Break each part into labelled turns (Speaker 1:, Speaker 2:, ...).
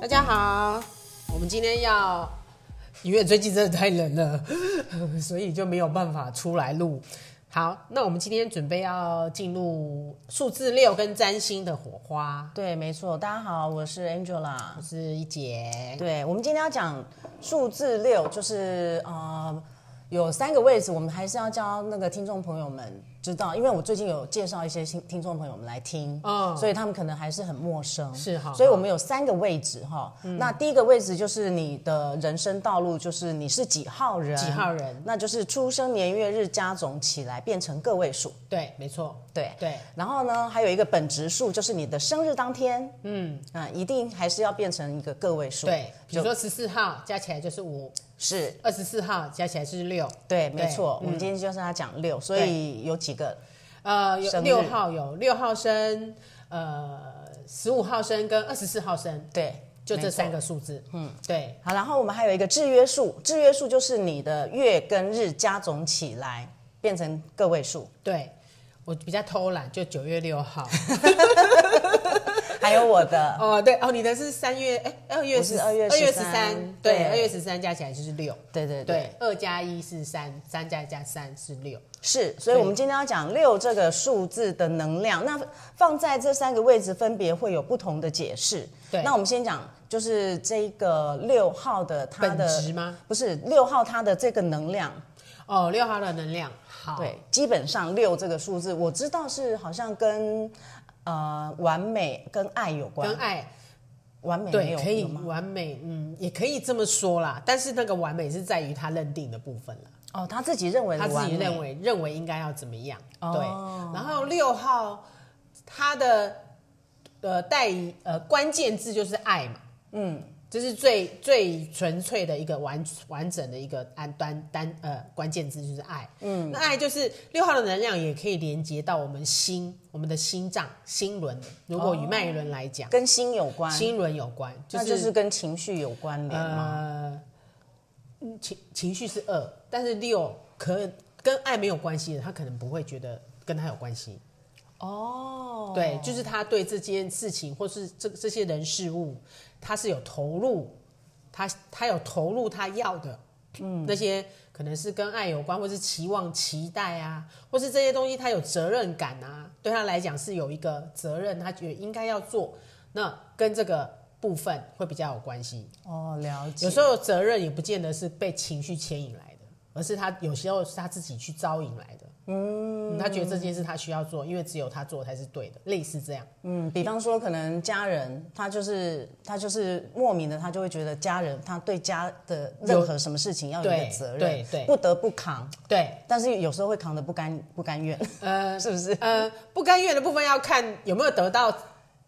Speaker 1: 大家好，我们今天要，因为最近真的太冷了， 所以就没有办法出来录。好，那我们今天准备要进入数字六跟占星的火花，
Speaker 2: 对，没错。大家好，我是 Angela。
Speaker 1: 我是一姐。
Speaker 2: 对，我们今天要讲数字六，就是呃，有三个位置，我们还是要教那个听众朋友们知道，因为我最近有介绍一些新听众朋友们来听，
Speaker 1: 嗯
Speaker 2: 所以他们可能还是很陌生，
Speaker 1: 是嗯好
Speaker 2: 所以我们有三个位置哈、那第一个位置就是你的人生道路，就是你是几号人，
Speaker 1: 几号人
Speaker 2: 那就是出生年月日加总起来变成个位数，
Speaker 1: 对，没错，
Speaker 2: 对。
Speaker 1: 对，
Speaker 2: 然后呢，还有一个本职数，就是你的生日当天，
Speaker 1: 嗯，
Speaker 2: 啊、一定还是要变成一个个位数。
Speaker 1: 对。比如
Speaker 2: 就
Speaker 1: 说十四号加起来就是五，
Speaker 2: 是，
Speaker 1: 二十四号加起来是六。
Speaker 2: 对，没错。
Speaker 1: 嗯
Speaker 2: 我们今天就是要讲六，所以有几个
Speaker 1: 呃，有
Speaker 2: 生日
Speaker 1: 六号有六号生，呃，十五号生跟二十四号生，
Speaker 2: 对，
Speaker 1: 就这三
Speaker 2: 没错。
Speaker 1: 个数字。嗯，对，
Speaker 2: 好，然后我们还有一个制约数，制约数就是你的月跟日加总起来变成个位数，
Speaker 1: 对。我比较偷懒，就九月六号。
Speaker 2: 还有我的。
Speaker 1: 哦，对，哦，你的是三月，哎，二月
Speaker 2: 我
Speaker 1: 十
Speaker 2: 是2月
Speaker 1: 二月十
Speaker 2: 13
Speaker 1: 三，对，
Speaker 2: 对
Speaker 1: 二月十三加起来就是六。
Speaker 2: 对对对，
Speaker 1: 对，二加一是三，三加加三是六。
Speaker 2: 是，所以我们今天要讲六这个数字的能量，那放在这三个位置分别会有不同的解释。
Speaker 1: 对
Speaker 2: 那我们先讲就是这个六号的它的
Speaker 1: 本质吗？
Speaker 2: 不是六号它的这个能量，
Speaker 1: 哦，六号的能量好。
Speaker 2: 对，基本上六这个数字，我知道是好像跟呃完美跟爱有关
Speaker 1: 跟，爱
Speaker 2: 完美没
Speaker 1: 对
Speaker 2: 有
Speaker 1: 可以
Speaker 2: 有吗？
Speaker 1: 完美，嗯，也可以这么说啦。但是那个完美是在于他认定的部分啦，
Speaker 2: 哦，他自己认为
Speaker 1: 他
Speaker 2: 的
Speaker 1: 自
Speaker 2: 完
Speaker 1: 己
Speaker 2: 美，
Speaker 1: 认为认为应该要怎么样，
Speaker 2: 哦
Speaker 1: 对。然后六号他的呃代呃关键字就是爱嘛，
Speaker 2: 嗯，
Speaker 1: 这是最最纯粹的一个完完整的一个单单单呃关键字就是爱，嗯，那爱就是六号的能量也可以连接到我们心我们的心脏心轮，如果与脉轮来讲，
Speaker 2: 跟心有关，
Speaker 1: 心轮有关，
Speaker 2: 哦那就是跟情绪有关联吗？
Speaker 1: 呃，嗯情情绪是二，但是六可跟爱没有关系的，他可能不会觉得跟他有关系。呃
Speaker 2: 哦，
Speaker 1: 对，就是他对这件事情或是这这些人事物，他是有投入，他他有投入他要的，嗯，那些可能是跟爱有关，或是期望、期待啊，或是这些东西，他有责任感啊，对他来讲是有一个责任，他觉得应该要做，那跟这个部分会比较有关系。
Speaker 2: 哦，了解。
Speaker 1: 有时候责任也不见得是被情绪牵引来的，而是他有时候是他自己去招引来的。嗯，他觉得这件事他需要做，因为只有他做才是对的，类似这样。
Speaker 2: 嗯，比方说，可能家人他就是他就是莫名的，他就会觉得家人他对家的任何什么事情要有一
Speaker 1: 对
Speaker 2: 个责任，
Speaker 1: 对对
Speaker 2: 不得不扛，
Speaker 1: 对，
Speaker 2: 但是有时候会扛的不甘不甘愿，
Speaker 1: 呃
Speaker 2: 是不是？
Speaker 1: 呃，不甘愿的部分要看有没有得到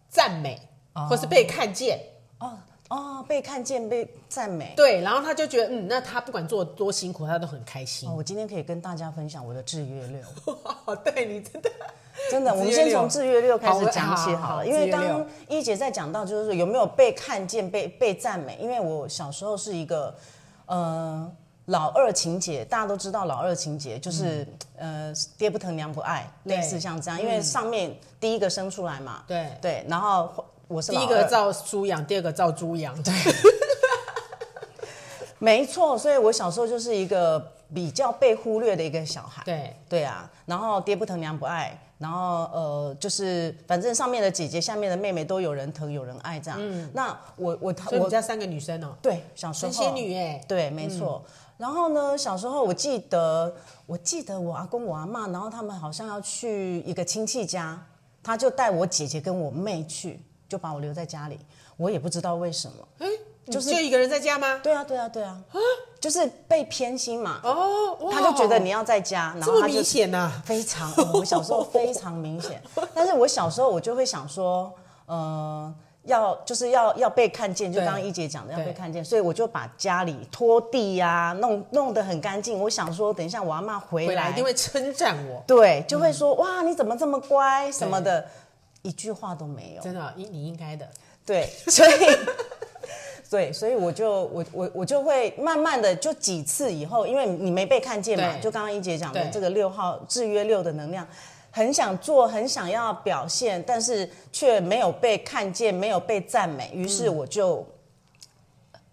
Speaker 1: 赞美，或是被看见。
Speaker 2: 哦哦，被看见被赞美。
Speaker 1: 对，然后他就觉得，嗯，那他不管做多辛苦，他都很开心
Speaker 2: 哦，。我今天可以跟大家分享我的制约六，
Speaker 1: 对你真的
Speaker 2: 真的，
Speaker 1: 制约六
Speaker 2: 我们先从制约六开始讲起
Speaker 1: 好好
Speaker 2: 好
Speaker 1: 好
Speaker 2: 了，因为
Speaker 1: 制约
Speaker 2: 刚
Speaker 1: 六
Speaker 2: 刚一姐在讲到，就是有没有被看见、被被赞美，因为我小时候是一个，呃。老二情节，大家都知道老二情节就是、呃爹不疼娘不爱，
Speaker 1: 嗯对
Speaker 2: 类似像这样，因为上面第一个生出来嘛，
Speaker 1: 对
Speaker 2: 对，然后我是
Speaker 1: 第
Speaker 2: 老
Speaker 1: 一个
Speaker 2: 二
Speaker 1: 照猪养，第二个照猪养。对，
Speaker 2: 没错，所以我小时候就是一个比较被忽略的一个小孩，
Speaker 1: 对，
Speaker 2: 对啊，然后爹不疼娘不爱，然后呃，就是反正上面的姐姐、下面的妹妹都有人疼有人爱这样。那我我
Speaker 1: 嗯所以你
Speaker 2: 我
Speaker 1: 家三个女生哦，
Speaker 2: 对小时候
Speaker 1: 神仙女哎、
Speaker 2: 对，没错。然后呢，小时候我记得，我记得我阿公我阿妈，然后他们好像要去一个亲戚家，他就带我姐姐跟我妹去，就把我留在家里，我也不知道为什么。
Speaker 1: 哎、就是就一个人在家吗？
Speaker 2: 对啊，对啊，对啊，就是被偏心嘛，
Speaker 1: 哦，哇
Speaker 2: 他就觉得你要在家，然
Speaker 1: 这么
Speaker 2: 后他就
Speaker 1: 明显呐、啊
Speaker 2: 非常、哦我小时候非常明显， 但是我小时候我就会想说，呃，要就是要要被看见，就
Speaker 1: 对
Speaker 2: 刚刚一姐讲的要
Speaker 1: 对
Speaker 2: 被看见，所以我就把家里拖地呀、弄弄得很干净。我想说，等一下我阿妈回
Speaker 1: 回来嗯
Speaker 2: 来
Speaker 1: 一，定会称赞我，
Speaker 2: 对，就会说、哇，你怎么这么乖什么的，一句话都没有。
Speaker 1: 真的，你你应该的。
Speaker 2: 对，所以。对，所以我就我我我就会慢慢的就几次以后，因为你没被看见嘛，
Speaker 1: 对
Speaker 2: 就刚刚一姐讲的
Speaker 1: 对
Speaker 2: 这个六号制约六的能量，很想做，很想
Speaker 1: 嗯
Speaker 2: 要表现，但是却没有被看见，没有被赞美，于是我就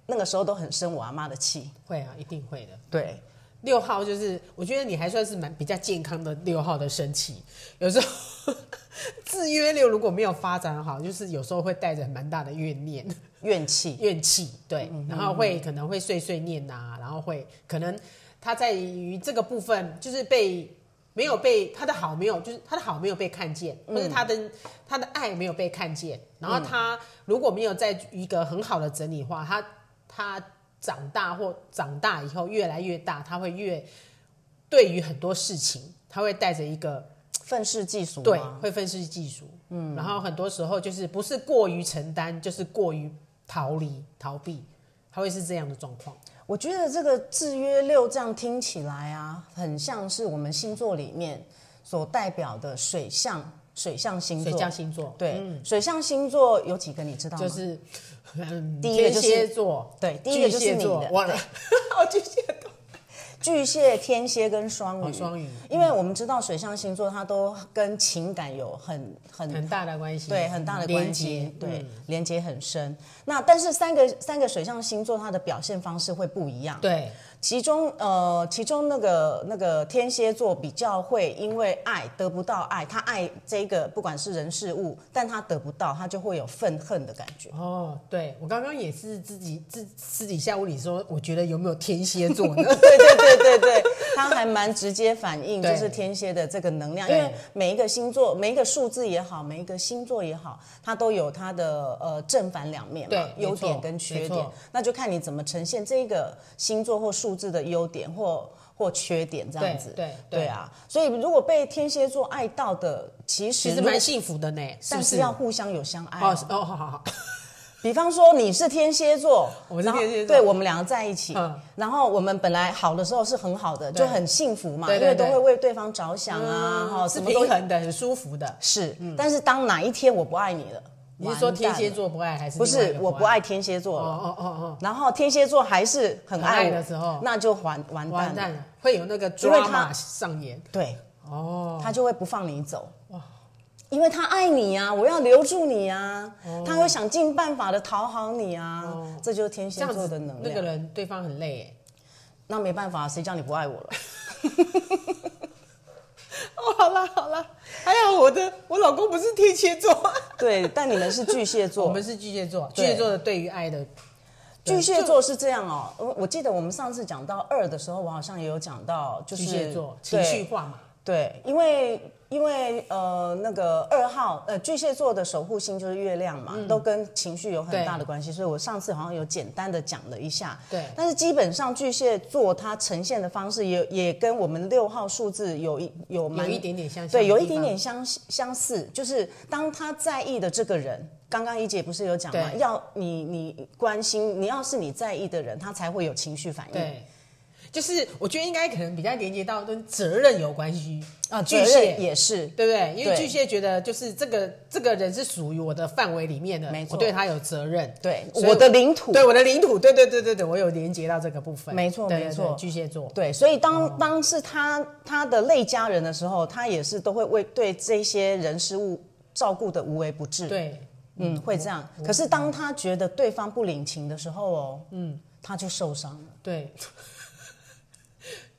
Speaker 2: 那个时候都很生我阿妈的气。
Speaker 1: 会啊，一定会的。
Speaker 2: 对，
Speaker 1: 六号就是，我觉得你还算是蛮比较健康的六号的生气，有时候 制约六如果没有发展好，就是有时候会带着蛮大的怨念、
Speaker 2: 怨气。
Speaker 1: 怨气，对，然后会可能会碎碎念呐、然后会可能他在于这个部分就是被没有被他的好没有，就是他的好没有被看见，或者他的、他的爱没有被看见，然后他如果没有在一个很好的整理化，他他长大或长大以后越来越大，他会越对于很多事情，他会带着一个
Speaker 2: 愤世嫉俗
Speaker 1: 对
Speaker 2: 吗，
Speaker 1: 会愤世嫉俗，嗯，然后很多时候就是不是过于承担，就是过于逃离、逃避，他会是这样的状况。
Speaker 2: 我觉得这个制约六这样听起来啊，很像是我们星座里面所代表的水象水象星
Speaker 1: 水
Speaker 2: 座。
Speaker 1: 象星座，嗯
Speaker 2: 对，嗯水象星座有几个你知道吗？
Speaker 1: 就是嗯
Speaker 2: 第一个
Speaker 1: 天
Speaker 2: 就是
Speaker 1: 蝎座，
Speaker 2: 对第一个就是
Speaker 1: 巨蟹
Speaker 2: 你
Speaker 1: 座
Speaker 2: 的，
Speaker 1: 忘了，哦，巨蟹座，
Speaker 2: 巨蟹、天蝎跟双
Speaker 1: 哦
Speaker 2: 鱼。
Speaker 1: 双鱼
Speaker 2: 因为我们知道水象星座它都跟情感有很很
Speaker 1: 很大的关系，
Speaker 2: 对很大的
Speaker 1: 连
Speaker 2: 关
Speaker 1: 结
Speaker 2: 系，对
Speaker 1: 嗯
Speaker 2: 连接很深。那但是三个三个水象星座它的表现方式会不一样。
Speaker 1: 对，
Speaker 2: 其中呃，其中那个那个天蝎座比较会因为爱得不到爱，他爱这个不管是人事物，但他得不到，他就会有愤恨的感觉。
Speaker 1: 哦，对我刚刚也是自己自私底下问你说，我觉得有没有天蝎 座呢？
Speaker 2: 对对对对对，他还蛮直接反映
Speaker 1: 对
Speaker 2: 就是天蝎的这个能量，因
Speaker 1: 对
Speaker 2: 为每一个星座、每一个数字也好，每一个星座也好，它都有它的呃正反两面嘛
Speaker 1: 对，
Speaker 2: 优
Speaker 1: 没
Speaker 2: 点
Speaker 1: 错
Speaker 2: 跟缺
Speaker 1: 没
Speaker 2: 点
Speaker 1: 错，
Speaker 2: 那就看你怎么呈现这个星座或数字的优点或或缺点这样子。
Speaker 1: 对对
Speaker 2: 对啊，所以如果被天蝎座爱到的，其实
Speaker 1: 其实
Speaker 2: 如果
Speaker 1: 蛮幸福的呢，是
Speaker 2: 但
Speaker 1: 不
Speaker 2: 是
Speaker 1: 是？
Speaker 2: 要互相有相爱、
Speaker 1: 哦
Speaker 2: 哦。
Speaker 1: 是哦，好好好，
Speaker 2: 比方说你是天蝎座，
Speaker 1: 我是
Speaker 2: 然后
Speaker 1: 天蝎座
Speaker 2: 对我们两个在一起，
Speaker 1: 嗯
Speaker 2: 然后我们本来好的时候是很好的，
Speaker 1: 对
Speaker 2: 就很幸福嘛，
Speaker 1: 对对
Speaker 2: 因为
Speaker 1: 对
Speaker 2: 都会为对方着想啊，哈、
Speaker 1: 是
Speaker 2: 什么都
Speaker 1: 平衡的，很舒服的。
Speaker 2: 是、但是当哪一天我不爱你了，
Speaker 1: 你是说
Speaker 2: 完蛋
Speaker 1: 天蝎
Speaker 2: 了？
Speaker 1: 座不爱还是
Speaker 2: 不
Speaker 1: 另外一
Speaker 2: 是
Speaker 1: 个，
Speaker 2: 我不爱天蝎座
Speaker 1: 哦
Speaker 2: 了。
Speaker 1: 哦哦哦，
Speaker 2: 然后天蝎座还是很爱我
Speaker 1: 很爱的时候
Speaker 2: 那就完完蛋
Speaker 1: 完
Speaker 2: 了。
Speaker 1: 蛋了，会有那个
Speaker 2: 因为
Speaker 1: drama
Speaker 2: 他
Speaker 1: 上演
Speaker 2: 对，
Speaker 1: 哦，
Speaker 2: 他就会不放你走。因为他爱你啊，我要留住你啊，
Speaker 1: 哦
Speaker 2: 他会想尽办法的讨好你啊，这就是天
Speaker 1: 这
Speaker 2: 蝎
Speaker 1: 样
Speaker 2: 座
Speaker 1: 子
Speaker 2: 的能
Speaker 1: 那
Speaker 2: 量。
Speaker 1: 个人对方很累
Speaker 2: 那没办法，谁叫你不爱我了？
Speaker 1: 哎。哦，好啦好啦，
Speaker 2: 哎
Speaker 1: 还有我的我老公不是天蝎座，
Speaker 2: 对，但你们是巨蟹
Speaker 1: 我
Speaker 2: 座
Speaker 1: 们，是巨蟹座，巨
Speaker 2: 对
Speaker 1: 蟹座的对于爱的
Speaker 2: 巨蟹座是这样哦。我我记得我们上次讲到二的时候，我好像也有讲到，就是
Speaker 1: 巨蟹座情绪化嘛，
Speaker 2: 对，对因为因为呃那个二号呃巨蟹座的守护星就是月亮
Speaker 1: 嗯
Speaker 2: 嘛，都跟情绪有很大的关系，所以我上次好像有简单的讲了一下。
Speaker 1: 对
Speaker 2: 但是基本上巨蟹座它呈现的方式也也跟我们六号数字有一有
Speaker 1: 有
Speaker 2: 蛮
Speaker 1: 一点点相像的
Speaker 2: 对，
Speaker 1: 地方，
Speaker 2: 有一点点相相似，就是当他在意的这个人，刚刚一姐不是有讲吗？
Speaker 1: 对
Speaker 2: 要你你关心，你要是你在意的人，他才会有情绪反应。
Speaker 1: 对。就是我觉得应该可能比较连接到跟责任有关系
Speaker 2: 啊，
Speaker 1: 巨
Speaker 2: 责任
Speaker 1: 蟹
Speaker 2: 也是，
Speaker 1: 对不对？因为
Speaker 2: 对
Speaker 1: 巨蟹觉得就是这个这个人是属于我的范围里面的，
Speaker 2: 没错
Speaker 1: 我对他有责任，
Speaker 2: 对
Speaker 1: 所以我
Speaker 2: 我的领土
Speaker 1: 对我的领土，对对对对对，我有连接到这个部分，
Speaker 2: 没错
Speaker 1: 对对对
Speaker 2: 没错
Speaker 1: 巨蟹座，
Speaker 2: 对，所以当、
Speaker 1: 哦
Speaker 2: 当是他他的类家人的时候，他也是都会为对这些人事物照顾的无微不至。，
Speaker 1: 对
Speaker 2: 嗯，会这样。可是当他觉得对方不领情的时候，哦，嗯，他就受伤了，
Speaker 1: 对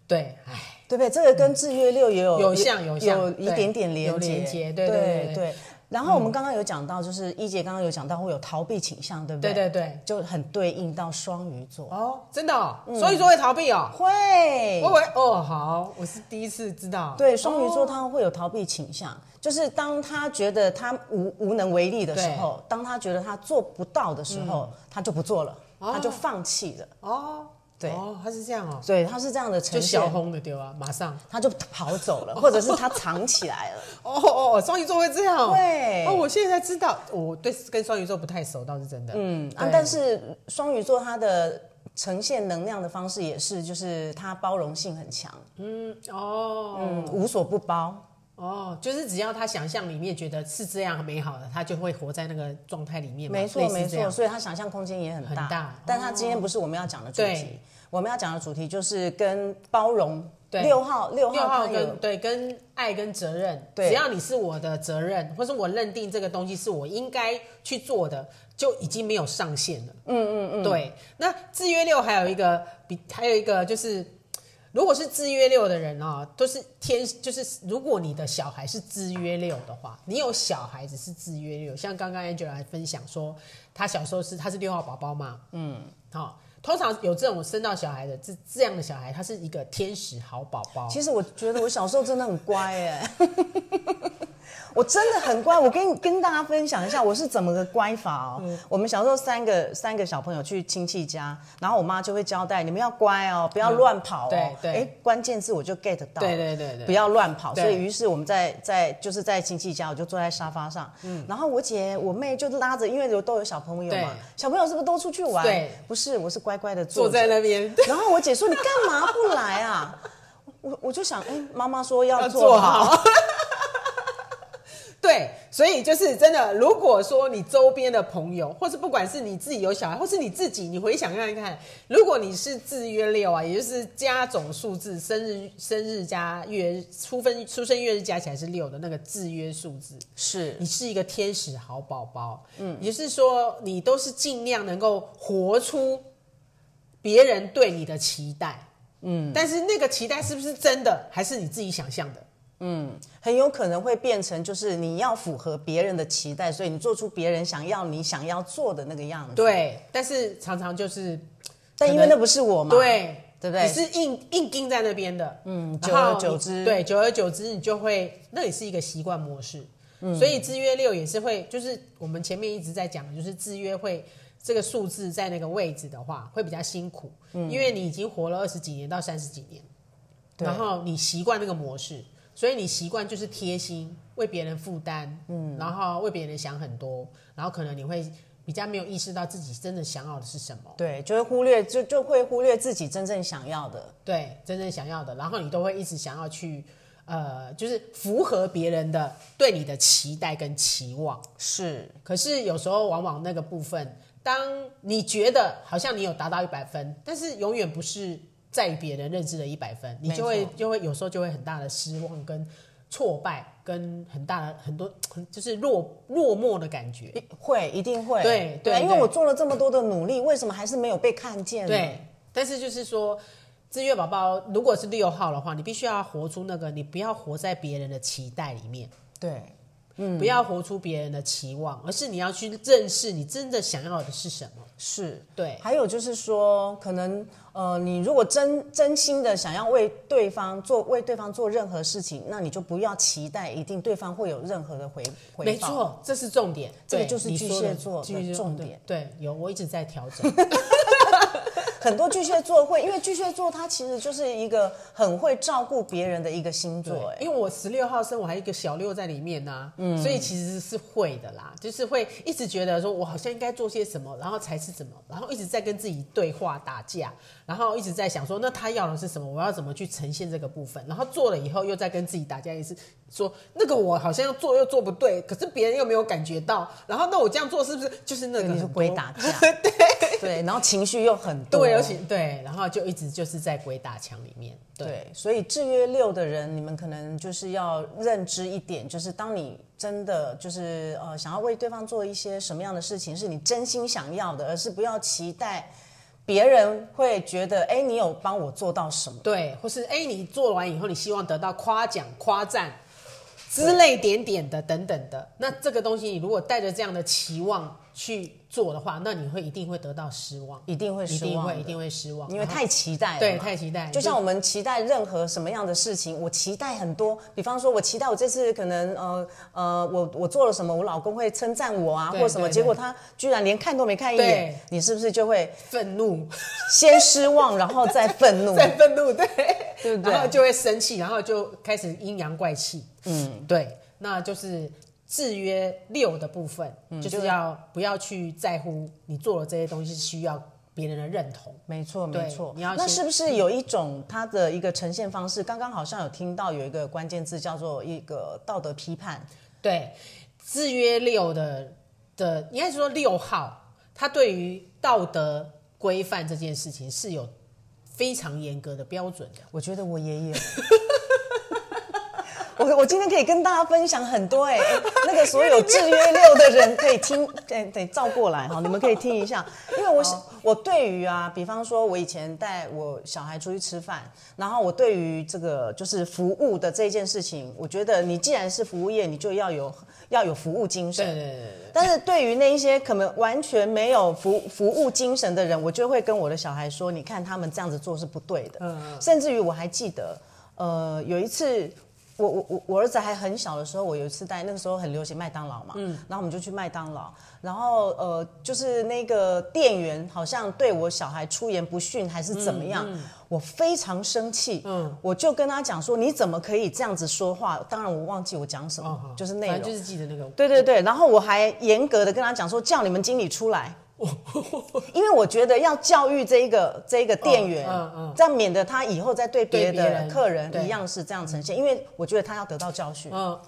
Speaker 1: 对，哎，
Speaker 2: 对不对？这个跟制约六也有
Speaker 1: 嗯有像有像
Speaker 2: 有一
Speaker 1: 对
Speaker 2: 点点连
Speaker 1: 有
Speaker 2: 接，
Speaker 1: 连接对对
Speaker 2: 对
Speaker 1: 对
Speaker 2: 然后我们刚刚有讲到，就是一姐刚刚有讲到会有逃避倾向，对不
Speaker 1: 对
Speaker 2: 对？
Speaker 1: 对对，
Speaker 2: 就很对应到双鱼座，
Speaker 1: 哦，真的哦，
Speaker 2: 嗯
Speaker 1: 所以说会逃避哦，
Speaker 2: 会
Speaker 1: 我以为哦好，我是第一次知道，
Speaker 2: 对双鱼
Speaker 1: 哦
Speaker 2: 座他会有逃避倾向，就是当他觉得他无无能为力的时候，当他觉得他做不到的时
Speaker 1: 嗯
Speaker 2: 候，他就不做了，他就放弃了。
Speaker 1: 哦，
Speaker 2: 对
Speaker 1: 哦，他是这样哦，
Speaker 2: 对，他是这样的
Speaker 1: 就
Speaker 2: 呈
Speaker 1: 小
Speaker 2: 现，
Speaker 1: 红的对吧？马上，
Speaker 2: 他就跑走了， 或者是他藏起来了。
Speaker 1: 哦哦哦，双鱼座会这样哦，
Speaker 2: 对
Speaker 1: 哦，我现在才知道，我对跟双鱼座不太熟，倒是真的，嗯
Speaker 2: 啊，但是双鱼座它的呈现能量的方式也是，就是它包容性很强，
Speaker 1: 哦，
Speaker 2: 嗯，无所不包。
Speaker 1: 哦，就是只要他想象里面觉得是这样美好的，他就会活在那个状态里面嘛。
Speaker 2: 没错
Speaker 1: 类似
Speaker 2: 没
Speaker 1: 这
Speaker 2: 错，
Speaker 1: 样。
Speaker 2: 所以他想象空间也很大。
Speaker 1: 很大哦
Speaker 2: 但他今天不是我们要讲的主
Speaker 1: 对
Speaker 2: 题。我们要讲的主题就是跟包容。
Speaker 1: 对
Speaker 2: 六号六
Speaker 1: 六
Speaker 2: 号
Speaker 1: 号
Speaker 2: 它有
Speaker 1: 跟对跟爱跟责任，
Speaker 2: 对
Speaker 1: 只要你是我的责任，或是我认定这个东西是我应该去做的，就已经没有上限了。嗯嗯嗯，对。那制约六还有一个比还有一个就是，如果是制约六的人啊、都是天就是如果你的小孩是制约六的话，你有小孩子是制约六，像刚刚 Angela 还分享说，她小时候是她是六号宝宝嘛，
Speaker 2: 嗯
Speaker 1: 好、通常有这种生到小孩的这这样的小孩，他是一个天使好宝宝。
Speaker 2: 其实我觉得我小时候真的很乖 哎，我真的很乖。我跟跟大家分享一下我是怎么个乖法哦。
Speaker 1: 嗯
Speaker 2: 我们小时候三个三个小朋友去亲戚家，然后我妈就会交代你们要乖哦，不要乱跑哦。
Speaker 1: 嗯对对
Speaker 2: 哎，关键字我就 get 到。
Speaker 1: 对对对对
Speaker 2: 不要乱跑。
Speaker 1: 对
Speaker 2: 所以于是我们在在就是在亲戚家，我就坐在沙发上，然后我姐我妹就拉着，因为有都有小朋
Speaker 1: 嗯
Speaker 2: 友
Speaker 1: 对
Speaker 2: 嘛，小朋友是不是都出去玩？
Speaker 1: 对，
Speaker 2: 不是，我是乖乖的
Speaker 1: 坐
Speaker 2: 坐着
Speaker 1: 在那边，
Speaker 2: 然后我姐说：“你干嘛不来啊？”我我就想，哎、妈妈说要
Speaker 1: 要
Speaker 2: 做
Speaker 1: 做
Speaker 2: 好，
Speaker 1: 好。对，所以就是真的，如果说你周边的朋友，或是不管是你自己有小孩，或是你自己，你回想看看，如果你是制约六啊，也就是加总数字，生日、生日加月日出分出生月日加起来是六的那个制约数字，
Speaker 2: 是
Speaker 1: 你是一个天使好宝宝，嗯，也就是说你都是尽量能够活出别人对你的期待，嗯，但是那个期待是不是真的，还是你自己想象的？
Speaker 2: 很有可能会变成就是你要符合别人的期待，所以你做出别人想要你想要做的那个样子。，
Speaker 1: 对，但是常常就是
Speaker 2: 但因为那不是我嘛，，
Speaker 1: 对
Speaker 2: 对不对
Speaker 1: 你是硬硬盯在那边的，嗯
Speaker 2: 久而久之
Speaker 1: 对，久而久之你就会，那也是一个习惯模式。
Speaker 2: 嗯
Speaker 1: 所以制约六也是会，就是我们前面一直在讲的，就是制约会这个数字在那个位置的话，会比较辛苦，因为你已经活了二十几年到三十几年，
Speaker 2: 嗯对
Speaker 1: 然后你习惯那个模式，所以你习惯就是贴心，为别人负担，嗯，然后为别人想很多，然后可能你会比较没有意识到自己真的想要的是什么。
Speaker 2: 对，就会忽略，就就会忽略自己真正想要的。
Speaker 1: 对真正想要的，然后你都会一直想要去，呃，就是符合别人的对你的期待跟期望。
Speaker 2: 是，
Speaker 1: 可是有时候往往那个部分，当你觉得好像你有达到一百分，但是永远不是在于别人认知的一百分，你就
Speaker 2: 没
Speaker 1: 会
Speaker 2: 错
Speaker 1: 就会有时候就会很大的失望跟挫败，跟很大的很多就是落落寞的感觉。
Speaker 2: 会，一定会。
Speaker 1: 对对
Speaker 2: 因为
Speaker 1: 对
Speaker 2: 我做了这么多的努力，为什么还是没有被看见呢？
Speaker 1: 对，但是就是说，志愿宝宝如果是六号的话，你必须要活出那个，你不要活在别人的期待里面，
Speaker 2: 对，嗯
Speaker 1: 不要活出别人的期望，而是你要去认识你真的想要的是什么。
Speaker 2: 是。
Speaker 1: 对，
Speaker 2: 还有就是说，可能呃，你如果真真心的想要为对方做为对方做任何事情，那你就不要期待一定对方会有任何的回回报。
Speaker 1: 没，错，这是重点，
Speaker 2: 这个
Speaker 1: 对
Speaker 2: 就是
Speaker 1: 你
Speaker 2: 巨
Speaker 1: 说
Speaker 2: 蟹
Speaker 1: 的
Speaker 2: 座
Speaker 1: 巨
Speaker 2: 的
Speaker 1: 蟹座
Speaker 2: 重
Speaker 1: 对
Speaker 2: 点
Speaker 1: 对，有我一直在调整，
Speaker 2: 很多巨蟹座会，因为巨蟹座它其实就是一个很会照顾别人的一个星座。哎，
Speaker 1: 因为我十六号生，我还有一个小六在里面呐、
Speaker 2: 嗯
Speaker 1: 所以其实是会的啦，就是会一直觉得说我好像应该做些什么，然后才是什么，然后一直在跟自己对话打架，然后一直在想说那他要的是什么，我要怎么去呈现这个部分，然后做了以后又在跟自己打架一次，说那个我好像要做又做不对，可是别人又没有感觉到，然后那我这样做是不是就是那个
Speaker 2: 你是
Speaker 1: 很多
Speaker 2: 鬼打架，对对，然后情绪又很多，
Speaker 1: 对，而且对，然后就一直就是在鬼打墙里面，对。
Speaker 2: 对，所以制约六的人，你们可能就是要认知一点，就是当你真的就是呃想要为对方做一些什么样的事情，是你真心想要的，而是不要期待别人会觉得，哎，你有帮我做到什么。
Speaker 1: 对，或是哎、诶你做完以后，你希望得到夸奖、夸赞之类点点的等等的，那这个东西你如果带着这样的期望去做的话，那你会一定会得到失望，
Speaker 2: 一定会
Speaker 1: 一
Speaker 2: 失
Speaker 1: 定
Speaker 2: 望的
Speaker 1: 会一定会失望，
Speaker 2: 因为
Speaker 1: 然后
Speaker 2: 太期待了嘛，
Speaker 1: 对太期待
Speaker 2: 就像我们期待任何什么样的事情，我期待很多，比方说，我期待我这次可能呃呃，我我做了什么，我老公会称赞我啊，
Speaker 1: 对
Speaker 2: 或什么，
Speaker 1: 对
Speaker 2: 结果他居然连看都没看一眼
Speaker 1: 对，
Speaker 2: 你是不是就会
Speaker 1: 愤怒，
Speaker 2: 先失望，然后再愤 怒。
Speaker 1: 在愤怒，对
Speaker 2: 嗯对不对
Speaker 1: 然后就会生气，然后就开始阴阳怪气，嗯，对，那就是。制约六的部分，
Speaker 2: 嗯
Speaker 1: 就是要不要去在乎你做的这些东西是需要别人的认同，
Speaker 2: 没错，
Speaker 1: 对
Speaker 2: 没错。
Speaker 1: 你要
Speaker 2: 那
Speaker 1: 先
Speaker 2: 是不是有一种它的一个呈现方式？刚刚好像有听到有一个关键字叫做一个道德批判，
Speaker 1: 对，制约六的的，应该是说六号，他对于道德规范这件事情是有非常严格的标准的。
Speaker 2: 我觉得我也有。我我今天可以跟大家分享很多哎、欸欸那个所有制约六的人可以听，对对，照过来哈，你们可以听一下。因为我是我对于啊，比方说，我以前带我小孩出去吃饭，然后我对于这个就是服务的这件事情，我觉得你既然是服务业，你就要有要有服务精神。
Speaker 1: 对对对对
Speaker 2: 但是对于那一些可能完全没有服服务精神的人，我就会跟我的小孩说：“你看他们这样子做是不对的。
Speaker 1: 嗯
Speaker 2: 甚至于我还记得，呃，有一次。我我我我儿子还很小的时候，我有一次带那个时候很流行麦当劳嘛，
Speaker 1: 嗯
Speaker 2: 然后我们就去麦当劳，然后呃，就是那个店员好像对我小孩出言不逊还是怎么
Speaker 1: 嗯
Speaker 2: 样，我非常生气，我就跟他讲说你怎么可以这样子说话？当然我忘记我讲什么，
Speaker 1: 好
Speaker 2: 哦就是内
Speaker 1: 嗯反
Speaker 2: 容，
Speaker 1: 正就是记得那个。
Speaker 2: 对对对，然后我还严格的跟他讲说，叫你们经理出来，因为我觉得要教育这一个这一个店员，
Speaker 1: 嗯嗯
Speaker 2: 这样免得他以后再对别
Speaker 1: 对别
Speaker 2: 的
Speaker 1: 人
Speaker 2: 客人
Speaker 1: 对
Speaker 2: 一样是这样呈现，因为我觉得他要得到教训，
Speaker 1: 嗯，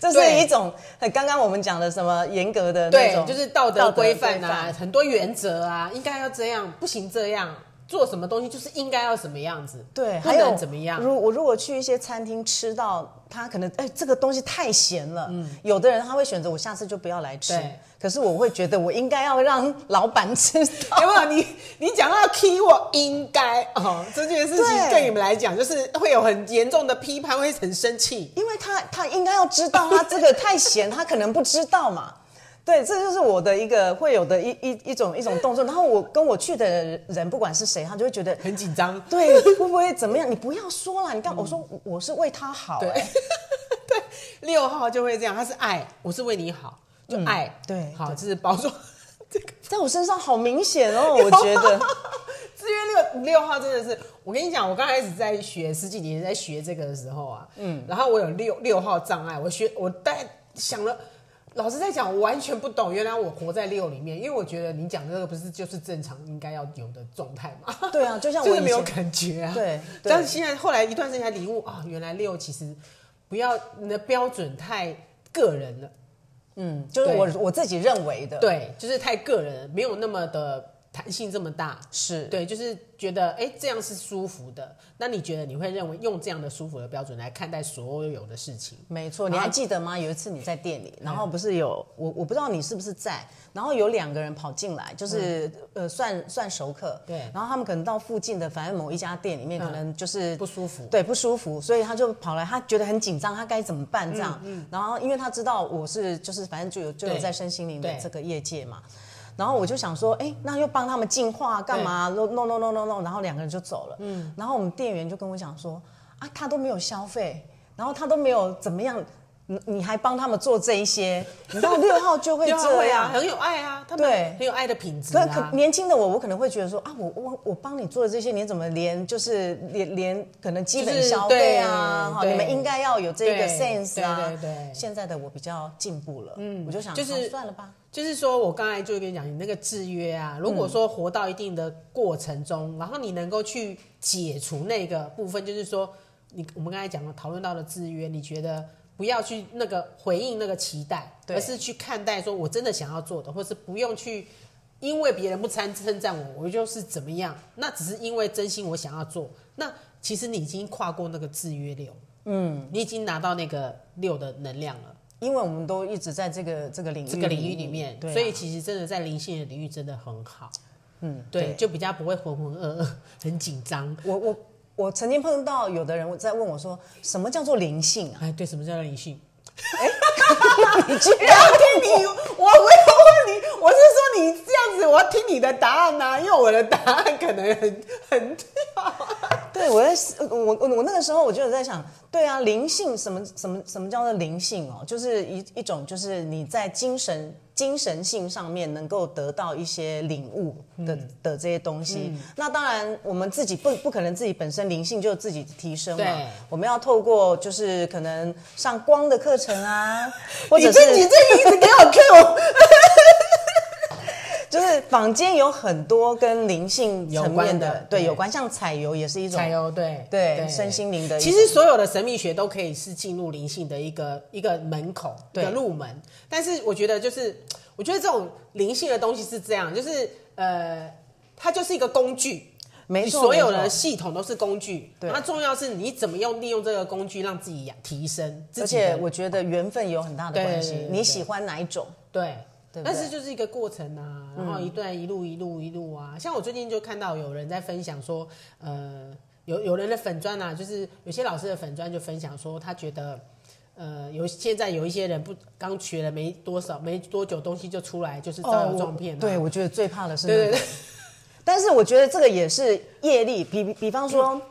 Speaker 2: 这是
Speaker 1: 对
Speaker 2: 一种很刚刚我们讲的什么严格的那
Speaker 1: 对
Speaker 2: 种，
Speaker 1: 就是道德规范啊，，很多原则啊，应该要这样，不行这样，做什么东西就是应该要什么样子，
Speaker 2: 对，
Speaker 1: 不
Speaker 2: 还有
Speaker 1: 能怎么样。
Speaker 2: 如我如果去一些餐厅吃到他可能哎、这个东西太咸了，有的人他会选择我下次就不要来吃
Speaker 1: 嗯对，
Speaker 2: 可是我会觉得我应该要让老板知 道。
Speaker 1: 有没有你？你讲到 key 我应该哦，这件事情
Speaker 2: 对
Speaker 1: 对你们来讲就是会有很严重的批判，会很生气。
Speaker 2: 因为他他应该要知道，他这个太闲，他可能不知道嘛。 对，这就是我的一个会有的一一一种一种动作。然后我跟我去的人，不管是谁，他就会觉得，
Speaker 1: 很紧张，
Speaker 2: 对，会不会怎么样？你不要说了，你干？我说我我是为他好、
Speaker 1: 对
Speaker 2: 哎
Speaker 1: 对，六号就会这样，他是爱，我是为你好，就爱，
Speaker 2: 对
Speaker 1: 好，这是包装这个
Speaker 2: 在我身上好明显哦，我觉 得
Speaker 1: 资源六六号真的是，我跟你讲，我刚开始在学十几年在学这个的时候啊，嗯，然后我有六六号障碍，我学我大概想了。老师在讲，我完全不懂。原来我活在六里面，因为我觉得你讲的这个不是就是正常应该要有的状态嘛。
Speaker 2: 对啊就像我
Speaker 1: 就是
Speaker 2: 以
Speaker 1: 没有
Speaker 2: 前
Speaker 1: 感觉啊。
Speaker 2: 对对
Speaker 1: 但是现在后来一段时间才领悟啊，原来六其实不要你的标准太个人了。
Speaker 2: 嗯，就是我我自己认为的，，
Speaker 1: 对，就是太个人了，没有那么的弹性这么大。
Speaker 2: 是，
Speaker 1: 对，就是觉得哎、诶这样是舒服的。那你觉得你会认为用这样的舒服的标准来看待所有的事情？
Speaker 2: 没错，
Speaker 1: 然后嗯
Speaker 2: 你还记得吗？有一次你在店里，然后不是有我，我不知道你是不是在，然后有两个人跑进来，就是、呃算算熟客，
Speaker 1: 嗯对嗯
Speaker 2: 然后他们可能到附近的，反正某一家店里面，可能就是、
Speaker 1: 不舒服
Speaker 2: 对，不舒服，所以他就跑来，他觉得很紧张，他该怎么办这样，然后因为他知道我是就是反正就有就有
Speaker 1: 嗯对
Speaker 2: 在身心灵的
Speaker 1: 对
Speaker 2: 这个业界嘛。然后我就想说，哎，那又帮他们净化干嘛？no no no no no no，然后两个人就走了。嗯，然后我们店员就跟我讲说，啊，他都没有消费，然后他都没有怎么样，你你还帮他们做这一些，你知道六 号就会
Speaker 1: 对啊，
Speaker 2: 这
Speaker 1: 会啊，
Speaker 2: 样。
Speaker 1: 很有爱啊，他们
Speaker 2: 对
Speaker 1: 很有爱的品质
Speaker 2: 可可
Speaker 1: 啊。
Speaker 2: 年轻的我，我可能会觉得说啊，我我我帮你做的这些，你怎么连就是连连可能基
Speaker 1: 就
Speaker 2: 本
Speaker 1: 是
Speaker 2: 消费啊，
Speaker 1: 对
Speaker 2: 哈，你们
Speaker 1: 对
Speaker 2: 应该要有这个
Speaker 1: 对
Speaker 2: sense 啊。
Speaker 1: 对对对
Speaker 2: 现在的我比较进步了，嗯，我就想
Speaker 1: 就是
Speaker 2: 啊算了吧，
Speaker 1: 就是说我刚才就跟你讲，你那个制约啊，如果说活到一定的过程中，然后你能够去解除那个部分，就是说你我们刚才讲的讨论到的制约，你觉得不要去那个回应那个期待，
Speaker 2: 对
Speaker 1: 而是去看待说我真的想要做的，或是不用去。因为别人不称称赞我，我就是怎么样，那只是因为真心我想要做。那其实你已经跨过那个制约流，嗯，你已经拿到那个六的能量了。
Speaker 2: 因为我们都一直在这个这个领域
Speaker 1: 这个领域里面，
Speaker 2: 对啊
Speaker 1: 所以其实真的在灵性的领域真的很好，
Speaker 2: 嗯
Speaker 1: 对，就比较不会浑浑噩噩，很紧张。
Speaker 2: 我我我曾经碰到有的人在问我说，什么叫做灵性 啊？
Speaker 1: 哎，对，什么叫做灵 性？
Speaker 2: 你居然
Speaker 1: 听你，我没有问你，我是说你这样子，我要听你的答案呐、
Speaker 2: 啊
Speaker 1: 因为我的答案可能很很
Speaker 2: 对我在我我我那个时候我就有在想，对啊，灵性什么什么什么叫做灵性哦？就是一一种就是你在精神精神性上面能够得到一些领悟的、
Speaker 1: 嗯
Speaker 2: 的这些东西。那当然我们自己不不可能自己本身灵性就自己提升嘛
Speaker 1: 对，
Speaker 2: 我们要透过就是可能上光的课程 啊，或
Speaker 1: 你
Speaker 2: 者
Speaker 1: 自
Speaker 2: 是
Speaker 1: 己自己一直给我 Q 我。
Speaker 2: 就是坊间有很多跟灵性层面
Speaker 1: 有关的
Speaker 2: 对
Speaker 1: 对
Speaker 2: 有关，像彩油也是一种
Speaker 1: 彩油，哎对
Speaker 2: 对身心灵的一种
Speaker 1: 其实所有的神秘学都可以是进入灵性的一个一个门口
Speaker 2: 对
Speaker 1: 的入门，但是我觉得就是，我觉得这种灵性的东西是这样，就是呃，它就是一个工具，
Speaker 2: 没
Speaker 1: 你
Speaker 2: 错，
Speaker 1: 所有
Speaker 2: 没错
Speaker 1: 的系统都是工具，
Speaker 2: 对
Speaker 1: 那重要是你怎么用利用这个工具让自己养提升自
Speaker 2: 而
Speaker 1: 己的。
Speaker 2: 且我觉得缘分有很大的关系
Speaker 1: 对对。对
Speaker 2: 你喜欢哪一种？
Speaker 1: 对，
Speaker 2: 对不对
Speaker 1: 但是就是一个过程啊，然后一段一路一路一路啊。像我最近就看到有人在分享说，呃，有有人的粉砖啊，就是有些老师的粉砖就分享说，他觉得。呃，有现在有一些人不刚学了没多少，没多久东西就出来，就是招摇撞骗嘛。
Speaker 2: 对，哦我觉得最怕的是那
Speaker 1: 啊对
Speaker 2: 个
Speaker 1: 对对，
Speaker 2: 但是我觉得这个也是业力，比比比方
Speaker 1: 嗯
Speaker 2: 说。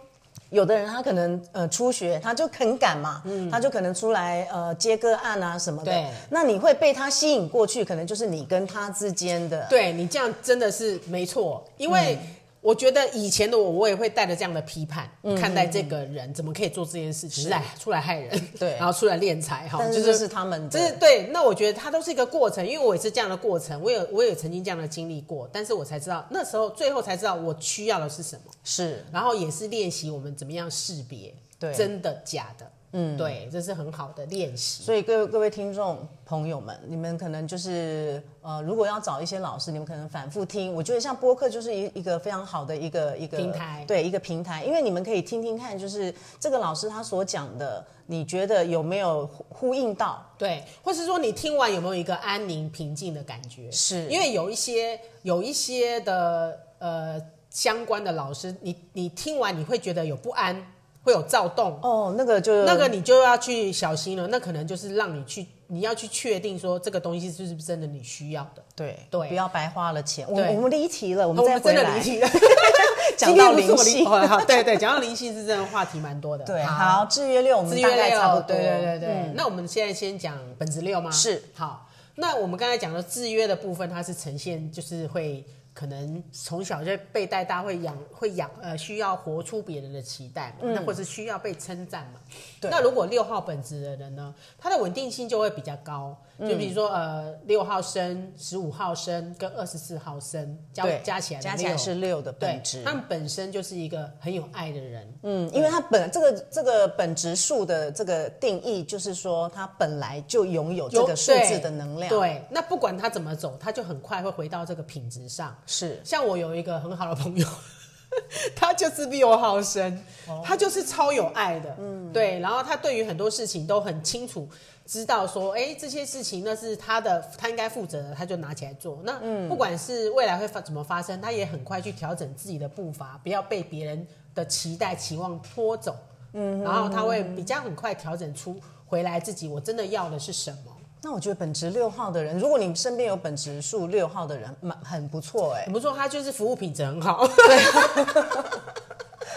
Speaker 2: 有的人他可能呃初学，他就很赶嘛，他就可能出来呃接个案啊什么的
Speaker 1: 嗯对。
Speaker 2: 那你会被他吸引过去，可能就是你跟他之间的。
Speaker 1: 对你这样真的是没错，因为
Speaker 2: 嗯
Speaker 1: 我觉得以前的我，我也会带着这样的批判、
Speaker 2: 嗯
Speaker 1: 看待这个人怎么可以做这件事情，来出来害人，
Speaker 2: 对
Speaker 1: 然后出来敛财哈，
Speaker 2: 但
Speaker 1: 就是
Speaker 2: 这是他们
Speaker 1: 这是
Speaker 2: 的。
Speaker 1: 对，那我觉得它都是一个过程，因为我也是这样的过程，我有我也曾经这样的经历过，但是我才知道那时候最后才知道我需要的是什么，
Speaker 2: 是
Speaker 1: 然后也是练习我们怎么样识别
Speaker 2: 对
Speaker 1: 真的假的，嗯，对，这是很好的练习。
Speaker 2: 所以各位各位听众朋友们，你们可能就是呃，如果要找一些老师，你们可能反复听。我觉得像播客就是一一个非常好的一个一个
Speaker 1: 平台
Speaker 2: 对一个平台，因为你们可以听听看，就是这个老师他所讲的，你觉得有没有呼呼应到？
Speaker 1: 对，或是说你听完有没有一个安宁平静的感觉？
Speaker 2: 是
Speaker 1: 因为有一些有一些的呃相关的老师，你你听完你会觉得有不安，会有躁动，
Speaker 2: 哦，那个就
Speaker 1: 那个你就要去小心了。那可能就是让你去，你要去确定说这个东西是不是真的你需要的。
Speaker 2: 对
Speaker 1: 对
Speaker 2: 不要白花了钱。我
Speaker 1: 对
Speaker 2: 们我们离题了，我们
Speaker 1: 我
Speaker 2: 再
Speaker 1: 们真
Speaker 2: 回
Speaker 1: 的
Speaker 2: 来
Speaker 1: 离。题了，
Speaker 2: 讲到
Speaker 1: 今天 不是我
Speaker 2: 灵性
Speaker 1: 哦好对对，讲到灵性是真的话题蛮多的。
Speaker 2: 对，好，制约六我
Speaker 1: 资
Speaker 2: 们大
Speaker 1: 源
Speaker 2: 概
Speaker 1: 六，
Speaker 2: 差不多。
Speaker 1: 对对对对。那我们现在先讲本子六吗？
Speaker 2: 是。
Speaker 1: 好，那我们刚才讲的制约的部分，它是呈现就是会可能从小就被带大，会养会养呃需要活出别人的期待嘛，那或是需要被称赞嘛。
Speaker 2: 嗯对
Speaker 1: 那如果六号本子的人呢，他的稳定性就会比较高，
Speaker 2: 嗯
Speaker 1: 就比如说呃六号生、十五号生跟二十四号生加
Speaker 2: 对
Speaker 1: 加起来的
Speaker 2: 加起来
Speaker 1: 六
Speaker 2: 是六的
Speaker 1: 对
Speaker 2: 本质，，
Speaker 1: 他们本身就是一个很有爱的人，
Speaker 2: 嗯，因为它本这个这个本质数的这个定义，就是说它本来就拥有这
Speaker 1: 有
Speaker 2: 个数字的能量，，
Speaker 1: 对，那不管他怎么走，他就很快会回到这个品质上。
Speaker 2: 是
Speaker 1: 像我有一个很好的朋友， 他就是比我好生，
Speaker 2: 哦
Speaker 1: 他就是超有爱的，嗯，对。然后他对于很多事情都很清楚，知道说，哎，这些事情那是他的，他应该负责的，他就拿起来做。那
Speaker 2: 嗯
Speaker 1: 不管是未来会发怎么发生，他也很快去调整自己的步伐，不要被别人的期待期望拖走。嗯，然后他会比较很快调整出回来自己，我真的要的是什么。
Speaker 2: 那我觉得本职六号的人，如果你身边有本职数六号的人，蛮很不错哎、
Speaker 1: 怎么说？他就是服务品质很好。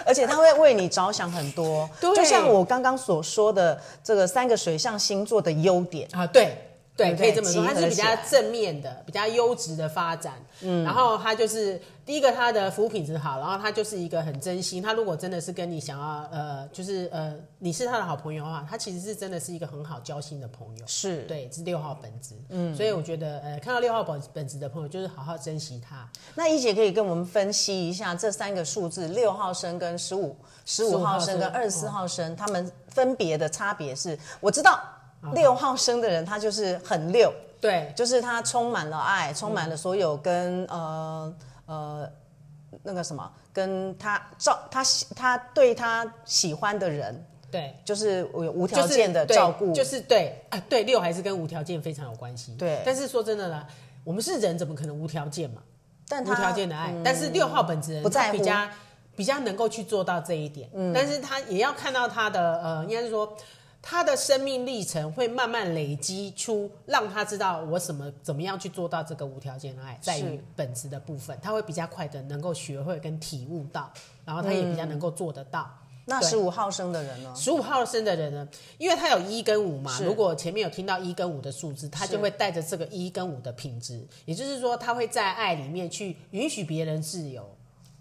Speaker 2: 而且他会为你着想很多。
Speaker 1: 对
Speaker 2: 就像我刚刚所说的这个三个水象星座的优点，
Speaker 1: 啊，对对，
Speaker 2: 对不
Speaker 1: 可以
Speaker 2: 对
Speaker 1: 这么说，
Speaker 2: 集
Speaker 1: 它是
Speaker 2: 合
Speaker 1: 比
Speaker 2: 起
Speaker 1: 较
Speaker 2: 来
Speaker 1: 正面的、比较优质的发展。嗯，然后它就是第一个，它的服务品质好，然后它就是一个很真心。他如果真的是跟你想要呃，就是呃，你是他的好朋友的话，他其实是真的是一个很好交心的朋友。
Speaker 2: 是
Speaker 1: 对，是六号本质。嗯，所以我觉得呃，看到六号本本质的朋友，就是好好珍惜他。
Speaker 2: 那一姐可以跟我们分析一下这三个数字：六号生跟十五、十五号生跟
Speaker 1: 15号
Speaker 2: 二十四
Speaker 1: 生嗯
Speaker 2: 号生，他们分别的差别是？我知道
Speaker 1: 嗯
Speaker 2: 六号生的人，他就是很六，
Speaker 1: 对，
Speaker 2: 就是他充满了爱，充
Speaker 1: 嗯
Speaker 2: 满了所有跟呃呃那个什么，跟他照他喜他对他喜欢的人，
Speaker 1: 对。
Speaker 2: 就是有无
Speaker 1: 就
Speaker 2: 条
Speaker 1: 是
Speaker 2: 件的
Speaker 1: 对
Speaker 2: 照顾，
Speaker 1: 就是对啊，对六还是跟无条件非常有关系。
Speaker 2: 对
Speaker 1: 但是说真的啦，我们是人，怎么可能无条件嘛？
Speaker 2: 但他嗯
Speaker 1: 无条件的爱，但是六号本质人
Speaker 2: 不在
Speaker 1: 他比
Speaker 2: 乎嗯
Speaker 1: 较比较能够去做到这一点，但是他也要看到他的呃，应该是说他的生命历程会慢慢累积出，让他知道我什么怎么样去做到这个无条件的爱，在于本质的部分，他会比较快的能够学会跟体悟到，然后他也比
Speaker 2: 嗯
Speaker 1: 较能够做得到。
Speaker 2: 那
Speaker 1: 对
Speaker 2: 十五号生的人呢？
Speaker 1: 十五号生的人呢，因为他有一跟五嘛，
Speaker 2: 是
Speaker 1: 如果前面有听到一跟五的数字，他就会带着这个一跟五的品质，也就是说，他会在爱里面去允许别人自由，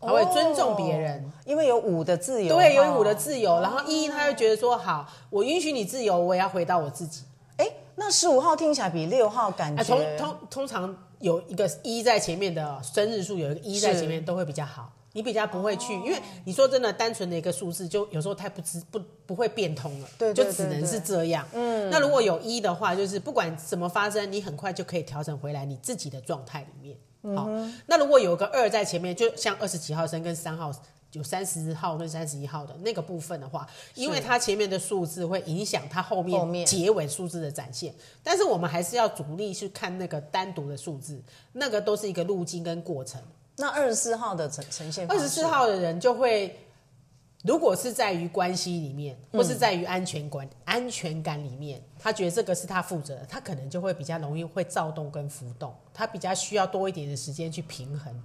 Speaker 1: 他会尊重别人。
Speaker 2: 哦，因为哦有五的自由，
Speaker 1: 对，
Speaker 2: 哦
Speaker 1: 有五的自由，然后一他会觉得说，好，我允许你自由，我也要回到我自己。
Speaker 2: 哎，那十五号听起来比六号感
Speaker 1: 啊，通
Speaker 2: 觉
Speaker 1: 通通常有一个一在前面的生日数，有一个一在前面都会比较好，你比较不会
Speaker 2: 哦
Speaker 1: 去，因为你说真的，单纯的一个数字就有时候太不知不不会变通了，
Speaker 2: 对对
Speaker 1: 就只能
Speaker 2: 对
Speaker 1: 是这样。嗯，那如果有一的话，就是不管怎么发生，你很快就可以调整回来你自己的状态里面。好、那如果有个二在前面，就像二十几号生跟三号。有三十号跟三十一号的那个部分的话，因为它前面的数字会影响它后
Speaker 2: 后
Speaker 1: 面
Speaker 2: 面
Speaker 1: 结尾数字的展现，但是我们还是要主力去看那个单独的数字，那个都是一个路径跟过程。
Speaker 2: 那二十四号的呈呈现，
Speaker 1: 二十四，号的人就会，如果是在于关系里面，或是在于安全观、安全感里面，他觉得这个是他负责的，他可能就会比较容易会躁动跟浮动，他比较需要多一点的时间去平衡，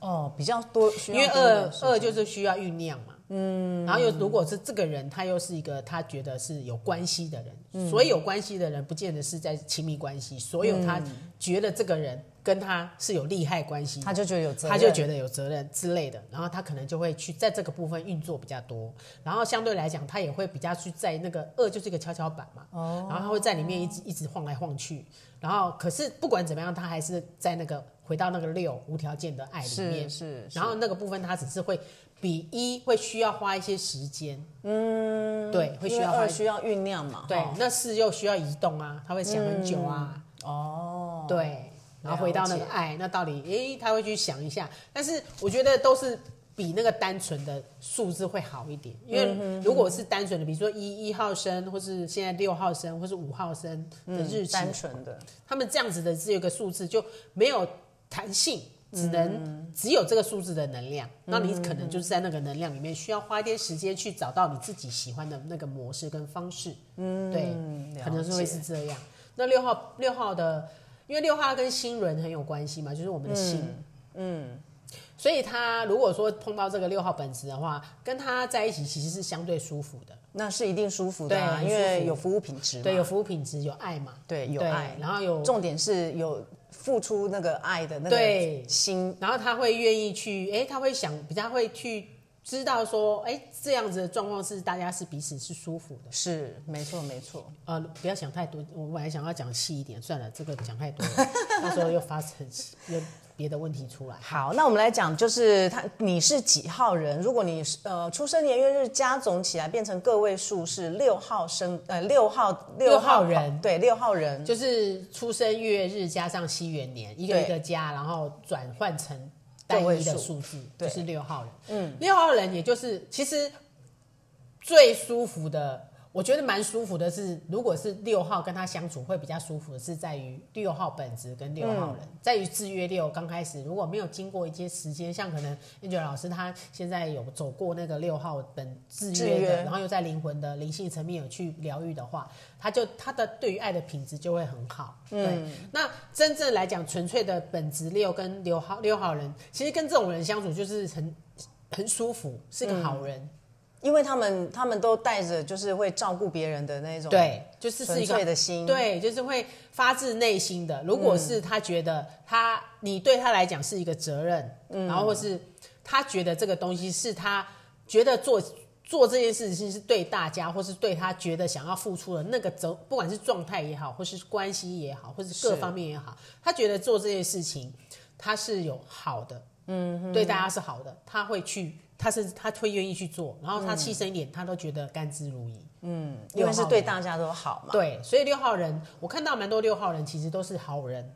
Speaker 2: 哦，比较多，需
Speaker 1: 因
Speaker 2: 要
Speaker 1: 为
Speaker 2: 多
Speaker 1: 二
Speaker 2: 点时间
Speaker 1: 二就是需要酝酿嘛。嗯，然后又如果是这个人，他又是一个他觉得是有关系的人，所以有关系的人不见得是在亲密关系，所有他觉得这个人跟他是有利害关系的，
Speaker 2: 他就觉得有责任，
Speaker 1: 他就觉得有责任之类的，然后他可能就会去在这个部分运作比较多，然后相对来讲，他也会比较去在那个二就是一个跷跷板嘛，哦，然后他会在里面一直一直晃来晃去，然后可是不管怎么样，他还是在那个回到那个六无条件的爱里面，
Speaker 2: 是是，
Speaker 1: 然后那个部分他只是会比一会需要花一些时间，嗯，对，会需
Speaker 2: 因
Speaker 1: 要
Speaker 2: 为
Speaker 1: 花
Speaker 2: 二
Speaker 1: 一
Speaker 2: 需要酝酿嘛，哦
Speaker 1: 对
Speaker 2: 哈，
Speaker 1: 哦那四又需要移动啊，他会想很久啊，
Speaker 2: 哦，
Speaker 1: 对，然后回到那个
Speaker 2: 了解
Speaker 1: 爱，那到底诶，他会去想一下，但是我觉得都是比那个单纯的数字会好一点，因
Speaker 2: 嗯
Speaker 1: 为如果是单纯的，比如说一一号生，或是现在六号生，或是五号生
Speaker 2: 嗯
Speaker 1: 的日期，
Speaker 2: 单纯的，
Speaker 1: 他们这样子的只有一个数字就没有弹性。只能只有这个数字的能量，那你可能就是在那个能量里面需要花一点时间去找到你自己喜欢的那个模式跟方式。嗯，对，
Speaker 2: 嗯，
Speaker 1: 可能是
Speaker 2: 了
Speaker 1: 会
Speaker 2: 解
Speaker 1: 是这样。那六号六号的，因为六号跟星轮很有关系嘛，就是我们的心。嗯所以他如果说碰到这个六号本质的话，跟他在一起其实是相对舒服的，
Speaker 2: 那是一定舒服的啊，
Speaker 1: 对很
Speaker 2: 因
Speaker 1: 舒服
Speaker 2: 为有服务品质嘛，
Speaker 1: 对，有服务品质，有爱嘛，
Speaker 2: 对有
Speaker 1: 对
Speaker 2: 爱，
Speaker 1: 然后有
Speaker 2: 重点是有付出那个爱的那
Speaker 1: 对
Speaker 2: 个心，
Speaker 1: 然后他会愿意去，哎，他会想比较会去知道说，哎，这样子的状况是大家是彼此是舒服的。
Speaker 2: 是没错没错，
Speaker 1: 呃，不要想太多，我本来想要讲细一点，算了，这个讲太 多了，到时候又发生又别的问题出来。
Speaker 2: 好，那我们来讲，就是他你是几号人？如果你是呃出生年月日加总起来变成个位数是六号生呃六号
Speaker 1: 六号
Speaker 2: 号
Speaker 1: 人
Speaker 2: 对六号人
Speaker 1: 就是出生月日加上西元年，一个
Speaker 2: 对
Speaker 1: 一个加，然后转换成单
Speaker 2: 个
Speaker 1: 一
Speaker 2: 位
Speaker 1: 的
Speaker 2: 数
Speaker 1: 数字，就
Speaker 2: 对
Speaker 1: 是六号人。嗯，六号人也就是其实最舒服的，我觉得蛮舒服的是，如果是六号跟他相处会比较舒服的是在于六号本质跟六号人，在于制约六刚开始如果没有经过一些时间，像可能 Angel 老师他现在有走过那个六号本制
Speaker 2: 制
Speaker 1: 约的，
Speaker 2: 约
Speaker 1: 然后又在灵魂的灵性层面有去疗愈的话，他就他的对于爱的品质就会很好。对，那真正来讲，纯粹的本质六跟六号六号人，其实跟这种人相处就是很很舒服，是个好人。
Speaker 2: 因为他们他们都带着就是会照顾别人的那种
Speaker 1: 对，就是是
Speaker 2: 纯
Speaker 1: 一个
Speaker 2: 粹的心，，嗯
Speaker 1: 对，就是会发自内心的。如果是他觉得他、你对他来讲是一个责任，
Speaker 2: 嗯
Speaker 1: 然后或是他觉得这个东西是他觉得做做这件事情是对大家，或是对他觉得想要付出的那个责，不管是状态也好，或是关系也好，或是各
Speaker 2: 是
Speaker 1: 方面也好，他觉得做这件事情他是有好的，嗯，对大家是好的，他会去。他是他会愿意去做，然后
Speaker 2: 嗯
Speaker 1: 他牺牲一点，他都觉得甘之如饴。嗯，
Speaker 2: 因为是对大家都好嘛，
Speaker 1: 对，所以六号人，我看到蛮多六号人其实都是好人，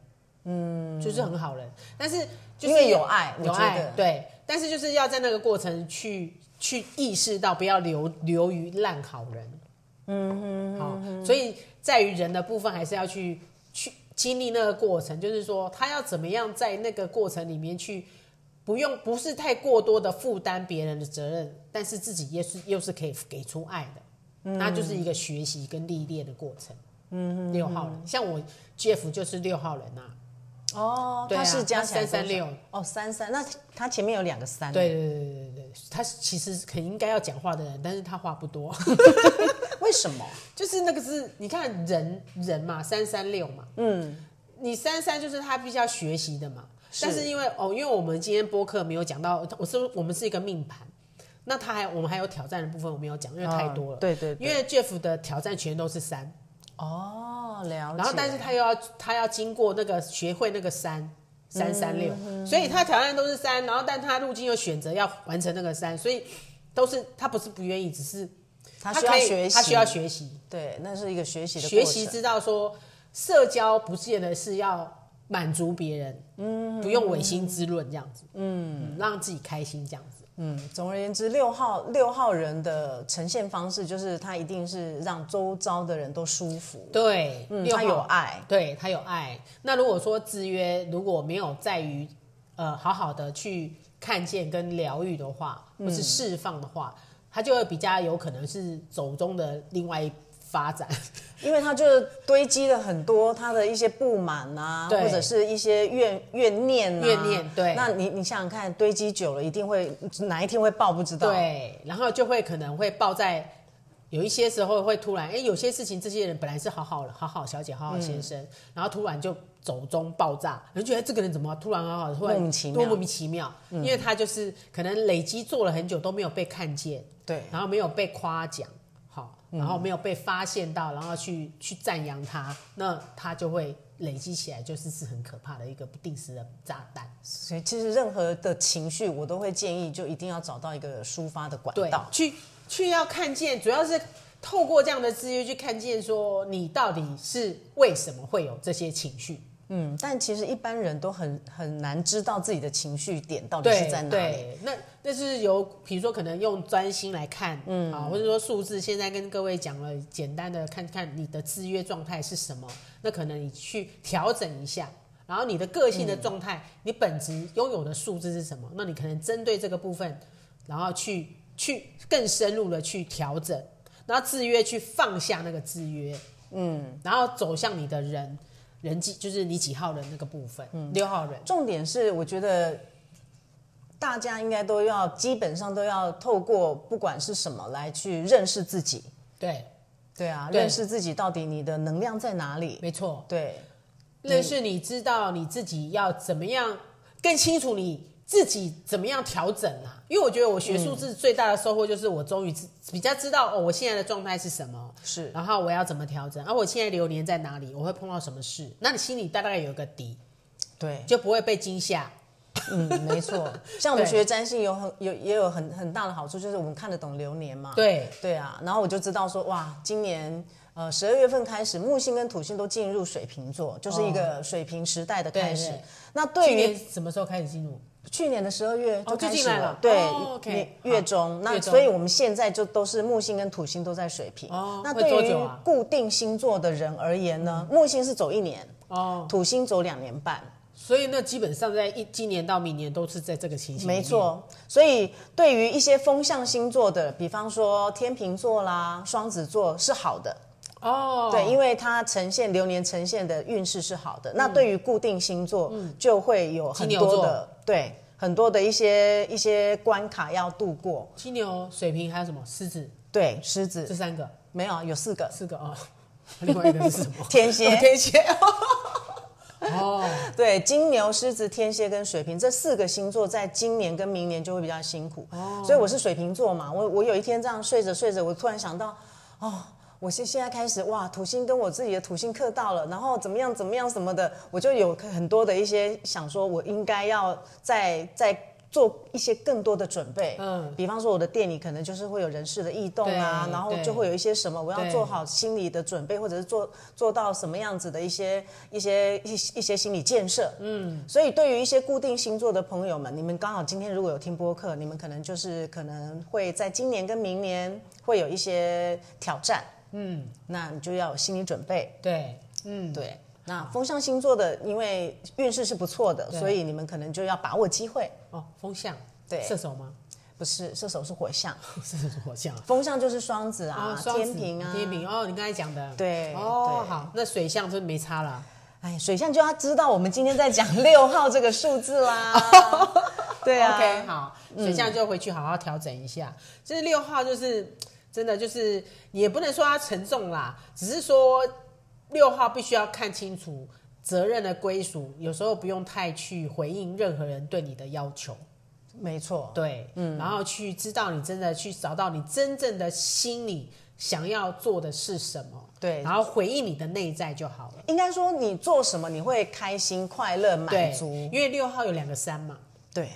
Speaker 1: 嗯，就是很好人，但是就是
Speaker 2: 因为有爱我
Speaker 1: 有
Speaker 2: 觉
Speaker 1: 爱
Speaker 2: 得，
Speaker 1: 对，但是就是要在那个过程去去意识到不要流流于烂好人，嗯好，所以在于人的部分还是要去去经历那个过程，就是说他要怎么样在那个过程里面去。不用，不是太过多的负担别人的责任，但是自己也是又是可以给出爱的，
Speaker 2: 嗯
Speaker 1: 那就是一个学习跟历练的过程。嗯，六号人，像我 Jeff 就是六号人啊。
Speaker 2: 哦，
Speaker 1: 对啊
Speaker 2: 他是加起来
Speaker 1: 他336
Speaker 2: 多少哦三三，那他前面有两个三，
Speaker 1: 对，对对对对，他其实很应该要讲话的人，但是他话不多，
Speaker 2: 为什么？
Speaker 1: 就是那个是，你看人人嘛，三三六嘛，嗯，你三三就是他必须要学习的嘛。
Speaker 2: 是
Speaker 1: 但是因为哦，因为我们今天播客没有讲到，我是我们是一个命盘，那他还我们还有挑战的部分我没有讲，因为太多了。
Speaker 2: 啊对对对
Speaker 1: 因为 Jeff 的挑战全都是三，
Speaker 2: 哦，了解，
Speaker 1: 然后，但是他又要他要经过那个学会那个三三三六，
Speaker 2: 嗯
Speaker 1: 所以他挑战都是三，然后但他路径又选择要完成那个三，所以都是他不是不愿意，只是
Speaker 2: 他需要
Speaker 1: 可以
Speaker 2: 学习，
Speaker 1: 他需要学习，
Speaker 2: 对，那是一个学习的
Speaker 1: 学
Speaker 2: 过
Speaker 1: 习
Speaker 2: 程
Speaker 1: 知道说社交不见得是要满足别人，嗯，不用违心之论这样子，嗯，让自己开心这样子。
Speaker 2: 嗯，总而言之，六号六号人的呈现方式就是他一定是让周遭的人都舒服，
Speaker 1: 对，
Speaker 2: 嗯，
Speaker 1: 六
Speaker 2: 他
Speaker 1: 号
Speaker 2: 有爱，
Speaker 1: 对他有爱。那如果说制约如果没有在于呃好好的去看见跟疗愈的话，或是释放的话，他就会比较有可能是走中的另外一发展。
Speaker 2: 因为他就是堆积了很多他的一些不满啊，
Speaker 1: 对
Speaker 2: 或者是一些怨怨念、啊，
Speaker 1: 怨念对
Speaker 2: 那你你想想看，堆积久了，一定会哪一天会爆，不知道。，
Speaker 1: 对，然后就会可能会抱在。有一些时候会突然，哎，有些事情，这些人本来是好好的，好好小姐，好好先生，
Speaker 2: 嗯
Speaker 1: 然后突然就走中爆炸，你就觉得这个人怎么突然好好，突然
Speaker 2: 莫名其妙嗯
Speaker 1: 多莫名其妙，因为他就是可能累积做了很久都没有被看见，
Speaker 2: 对
Speaker 1: 然后没有被夸奖，好，然后没有被发现到，然后去去赞扬他，那他就会累积起来，就是是很可怕的一个不定时的炸弹。
Speaker 2: 所以其实任何的情绪，我都会建议就一定要找到一个抒发的管
Speaker 1: 对
Speaker 2: 道，。
Speaker 1: 去去要看见，主要是透过这样的资源去看见，说你到底是为什么会有这些情绪。
Speaker 2: 嗯，但其实一般人都很很难知道自己的情绪点到底
Speaker 1: 对
Speaker 2: 是在哪里。
Speaker 1: 对，那那是由比如说可能用专心来看，嗯啊，或者说数字，现在跟各位讲了，简单的看看你的制约状态是什么，那可能你去调整一下。然后你的个性的状态，你本质拥有的数字是什么？那你可能针对这个部分，然后去去更深入的去调整，然后制约去放下那个制约，嗯，然后走向你的人人际，就是你几号人那个部分，
Speaker 2: 嗯
Speaker 1: 六号人，
Speaker 2: 重点是，我觉得大家应该都要基本上都要透过不管是什么来去认识自己。
Speaker 1: 对，
Speaker 2: 对啊，
Speaker 1: 对
Speaker 2: 认识自己到底你的能量在哪里？
Speaker 1: 没错，
Speaker 2: 对，
Speaker 1: 认识你，知道你自己要怎么样，更清楚你自己怎么样调整啊。因为我觉得我学数字最大的收获就是我终于知比较知道哦，我现在的状态是什么，
Speaker 2: 是
Speaker 1: 然后我要怎么调整，而、啊我现在流年在哪里，我会碰到什么事，那你心里大概有个底，
Speaker 2: 对，
Speaker 1: 就不会被惊吓。
Speaker 2: 嗯，没错。像我们
Speaker 1: 对
Speaker 2: 学占星有很有也有很很大的好处，就是我们看得懂流年嘛。
Speaker 1: 对
Speaker 2: 对啊，然后我就知道说，哇，今年呃十二月份开始，木星跟土星都进入水瓶座，就是一个水瓶时代的开始。
Speaker 1: 哦对对
Speaker 2: 那对
Speaker 1: 去
Speaker 2: 于
Speaker 1: 年什么时候开始进入？
Speaker 2: 去年的十二月
Speaker 1: 哦
Speaker 2: 就开
Speaker 1: 就进
Speaker 2: 始
Speaker 1: 来
Speaker 2: 了
Speaker 1: 了，
Speaker 2: 对
Speaker 1: 哦，OK，
Speaker 2: 年
Speaker 1: 好
Speaker 2: 月中。那
Speaker 1: 月中
Speaker 2: 所以我们现在就都是木星跟土星都在水瓶
Speaker 1: 哦。
Speaker 2: 那
Speaker 1: 会
Speaker 2: 对
Speaker 1: 多
Speaker 2: 于
Speaker 1: 久啊嗯
Speaker 2: 固定星座的人而言呢，木星是走一年，
Speaker 1: 哦，
Speaker 2: 土星走两年半。
Speaker 1: 所以那基本上在一今年到明年都是在这个情形。
Speaker 2: 没，错，所以对于一些风象星座的，比方说天秤座啦、双子座是好的，
Speaker 1: 哦，
Speaker 2: 对，因为它呈现流年呈现的运势是好的。那对于固定星座，就会有很
Speaker 1: 嗯金牛
Speaker 2: 多
Speaker 1: 座
Speaker 2: 的对很多的一些一些关卡要度过。
Speaker 1: 金牛、水瓶还有什么狮子
Speaker 2: 对，狮
Speaker 1: 这
Speaker 2: 子
Speaker 1: 三个。
Speaker 2: 没有有四个，？
Speaker 1: 四个哦， 另外一个是什么
Speaker 2: 天蝎
Speaker 1: 哦天蝎。哦，
Speaker 2: 对，金牛、狮子、天蝎跟水瓶这四个星座，在今年跟明年就会比较辛苦。
Speaker 1: 哦
Speaker 2: 所以我是水瓶座嘛，我我有一天这样睡着睡着，我突然想到，哦，我现现在开始哇，土星跟我自己的土星克到了，然后怎么样怎么样什么的，我就有很多的一些想说，我应该要再再。做一些更多的准备，嗯
Speaker 1: 嗯，
Speaker 2: 比方说我的店里可能就是会有人事的异动啊，
Speaker 1: 对
Speaker 2: 然后
Speaker 1: 对
Speaker 2: 就会有一些什么，我要
Speaker 1: 对
Speaker 2: 做好心理的准备，或者是做做到什么样子的一些一些一一些心理建设。嗯，所以对于一些固定星座的朋友们，你们刚好今天如果有听播客，你们可能就是可能会在今年跟明年会有一些挑战。嗯，那你就要有心理准备。
Speaker 1: 对，嗯，
Speaker 2: 对，那风象星座的，因为运势是不错的，所以你们可能就要把握机会。
Speaker 1: 哦，风象，
Speaker 2: 对
Speaker 1: 射手吗？
Speaker 2: 不是，射手是火象，
Speaker 1: 射手是火象啊。
Speaker 2: 风象就是双子
Speaker 1: 哦
Speaker 2: 啊，
Speaker 1: 双子
Speaker 2: 天平啊，
Speaker 1: 天平哦，你刚才讲的
Speaker 2: 对
Speaker 1: 哦，
Speaker 2: 对
Speaker 1: 好，那水象就没差了，
Speaker 2: 哎，水象就要知道我们今天在讲六号这个数字 啦。对啊
Speaker 1: OK，好，水象就回去好好调整一下。就是六号，就是真的就是也不能说它沉重啦，只是说六号必须要看清楚责任的归属，有时候不用太去回应任何人对你的要求。
Speaker 2: 没错，
Speaker 1: 对，嗯，然后去知道你真的去找到你真正的心里想要做的是什么，
Speaker 2: 对
Speaker 1: 然后回应你的内在就好了，
Speaker 2: 应该说你做什么你会开心、快乐、满
Speaker 1: 对
Speaker 2: 足，。
Speaker 1: 因为六号有两个三嘛，
Speaker 2: 对，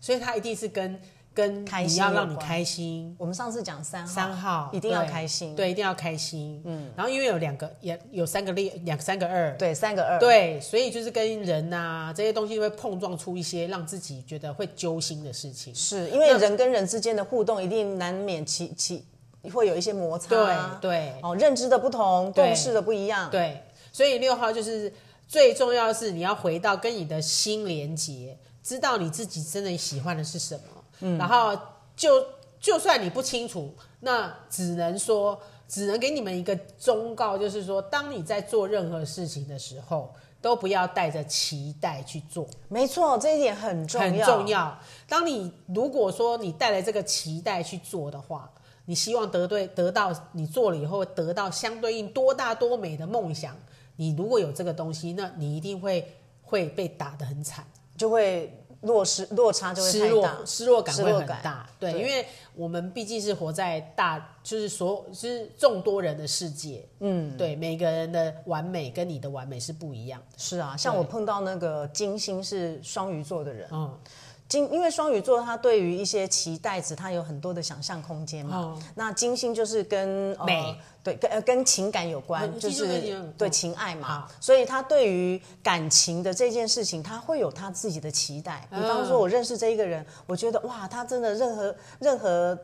Speaker 1: 所以它一定是跟跟
Speaker 2: 开
Speaker 1: 你
Speaker 2: 心
Speaker 1: 要
Speaker 2: 有
Speaker 1: 让你
Speaker 2: 关
Speaker 1: 开心，
Speaker 2: 我们上次讲三号，
Speaker 1: 三号
Speaker 2: 一定要
Speaker 1: 对
Speaker 2: 开心，
Speaker 1: 对，一定要开心。嗯，然后因为有两个，也有三个列，两三个二，
Speaker 2: 对，三个二，
Speaker 1: 对，所以就是跟人呐、这些东西会碰撞出一些让自己觉得会揪心的事情。
Speaker 2: 是因为人跟人之间的互动一定难免起起会有一些摩擦，
Speaker 1: 对对
Speaker 2: 哦，认知的不同，
Speaker 1: 对
Speaker 2: 共识的不一样，
Speaker 1: 对，所以六号就是最重要的是你要回到跟你的心连接，知道你自己真的喜欢的是什么。嗯，然后就就算你不清楚，那只能说只能给你们一个忠告，就是说，当你在做任何事情的时候，都不要带着期待去做。
Speaker 2: 没错，这一点很重
Speaker 1: 很
Speaker 2: 要，
Speaker 1: 重要。当你如果说你带来这个期待去做的话，你希望得对得到你做了以后得到相对应多大多美的梦想，你如果有这个东西，那你一定会会被打得很惨，
Speaker 2: 就会落失落差就会
Speaker 1: 失
Speaker 2: 太
Speaker 1: 落
Speaker 2: 大，
Speaker 1: 失落感
Speaker 2: 失
Speaker 1: 会
Speaker 2: 落
Speaker 1: 很
Speaker 2: 感
Speaker 1: 大。对，
Speaker 2: 对
Speaker 1: 因为我们毕竟是活在大就是所就是众多人的世界，嗯，对，每个人的完美跟你的完美是不一样的，
Speaker 2: 是啊，像我碰到那个金星是双鱼座的人，
Speaker 1: 嗯，
Speaker 2: 金因为双鱼座他对于一些期待值，他有很多的想象空间嘛。
Speaker 1: 哦
Speaker 2: 那金星就是跟、呃
Speaker 1: 美
Speaker 2: 对跟、呃、跟情感有关，
Speaker 1: 嗯
Speaker 2: 就
Speaker 1: 金星跟情
Speaker 2: 是
Speaker 1: 感
Speaker 2: 对
Speaker 1: 嗯
Speaker 2: 情爱嘛
Speaker 1: 好。
Speaker 2: 所以他对于感情的这件事情，他会有他自己的期待。比方
Speaker 1: 嗯
Speaker 2: 说，我认识这一个人，我觉得哇，他真的任何任何。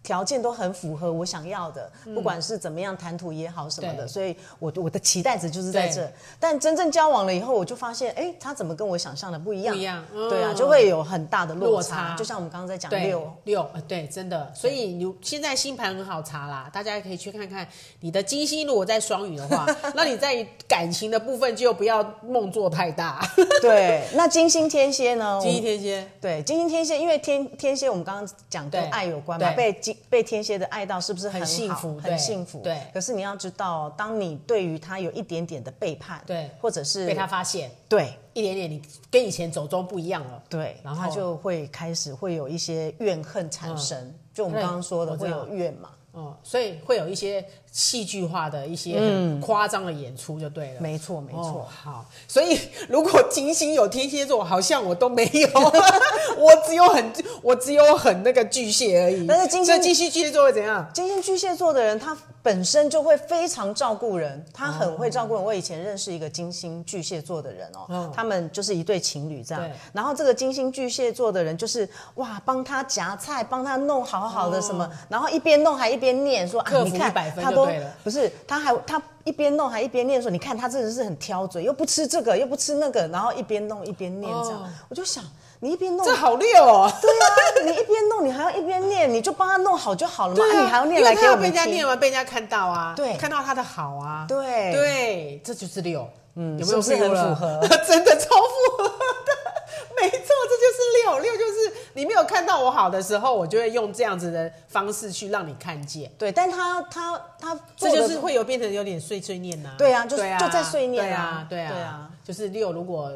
Speaker 2: 条件都很符合我想要的，不管是怎么样谈吐也好什么的，
Speaker 1: 嗯对
Speaker 2: 所以我我的期待值就是在
Speaker 1: 对
Speaker 2: 这。但真正交往了以后，我就发现，哎，他怎么跟我想象的不一样？
Speaker 1: 不一样
Speaker 2: 对啊，
Speaker 1: 嗯
Speaker 2: 就会有很大的落
Speaker 1: 落
Speaker 2: 差，
Speaker 1: 差
Speaker 2: 就像我们刚刚在讲
Speaker 1: 对
Speaker 2: 六，
Speaker 1: 六，呃对，真的。所以你现在星盘很好查啦，大家可以去看看。你的金星如果在双鱼的 话，那你在感情的部分就不要梦做太 大。
Speaker 2: 对，那金星天蝎呢？
Speaker 1: 金星
Speaker 2: 我
Speaker 1: 天蝎，
Speaker 2: 对，金星天蝎，因为天天蝎我们刚刚讲跟
Speaker 1: 对
Speaker 2: 爱有关嘛，
Speaker 1: 对
Speaker 2: 被金被天蝎的爱到是不是
Speaker 1: 很
Speaker 2: 好
Speaker 1: 幸福
Speaker 2: 很
Speaker 1: 对
Speaker 2: 幸福？
Speaker 1: 对
Speaker 2: 可是你要知道，当你对于他有一点点的背叛，
Speaker 1: 对
Speaker 2: 或者是
Speaker 1: 被他发现
Speaker 2: 对
Speaker 1: 一点点，你跟以前走中不一样了。
Speaker 2: 对，
Speaker 1: 然后
Speaker 2: 他就会开始会有一些怨恨产生，就我们
Speaker 1: 嗯对
Speaker 2: 刚刚说的
Speaker 1: 我知
Speaker 2: 会
Speaker 1: 道
Speaker 2: 有怨嘛。
Speaker 1: 哦、所以会有一些戏剧化的一些很夸张的演出就对了。
Speaker 2: 嗯没错，没错。
Speaker 1: 哦好，所以如果金星有天蝎座，好像我都没有， 我只有很我只有很那个巨蟹而已。
Speaker 2: 但是金星
Speaker 1: 所以金星巨蟹座会怎样？
Speaker 2: 金星巨蟹座的人，他本身就会非常照顾人，他很会照顾人。我以前认识一个金星巨蟹座的人哦，
Speaker 1: 哦
Speaker 2: 他们就是一对情侣这样
Speaker 1: 对。
Speaker 2: 然后这个金星巨蟹座的人就是哇，帮他夹菜，帮他弄好好的什么，然后一边弄还一边念说
Speaker 1: 哦
Speaker 2: 啊，
Speaker 1: 克服
Speaker 2: 你看
Speaker 1: 100分
Speaker 2: 他
Speaker 1: 就
Speaker 2: 都
Speaker 1: 对了
Speaker 2: 不是，他还他一边弄还一边念说，你看他真的是很挑嘴，又不吃这个又不吃那个，然后一边弄一边念这样。
Speaker 1: 哦
Speaker 2: 我就想，你一边弄
Speaker 1: 这好六哦。
Speaker 2: 对啊，你一边弄，你还要一边念，你就帮他弄好就好了嘛。啊你还要念
Speaker 1: 因为
Speaker 2: 来
Speaker 1: 他
Speaker 2: 给我
Speaker 1: 要
Speaker 2: 们
Speaker 1: 被人家
Speaker 2: 听
Speaker 1: 念完，被人家看到啊，
Speaker 2: 对
Speaker 1: 看到他的好啊，
Speaker 2: 对
Speaker 1: 对，这就是六，嗯有没
Speaker 2: 是不
Speaker 1: 有
Speaker 2: 是
Speaker 1: feel
Speaker 2: 很
Speaker 1: 了
Speaker 2: 符合？
Speaker 1: 真的超符合的， 没错，这就是六，六就是你没有看到我好的时候，我就会用这样子的方式去让你看见，
Speaker 2: 对，但他他他做
Speaker 1: 这
Speaker 2: 的
Speaker 1: 就是会有变成有点碎碎念呐、
Speaker 2: 对啊就是
Speaker 1: 对啊，
Speaker 2: 就在碎念
Speaker 1: 对
Speaker 2: 啊
Speaker 1: 啊，对啊，
Speaker 2: 对啊
Speaker 1: 就是六如果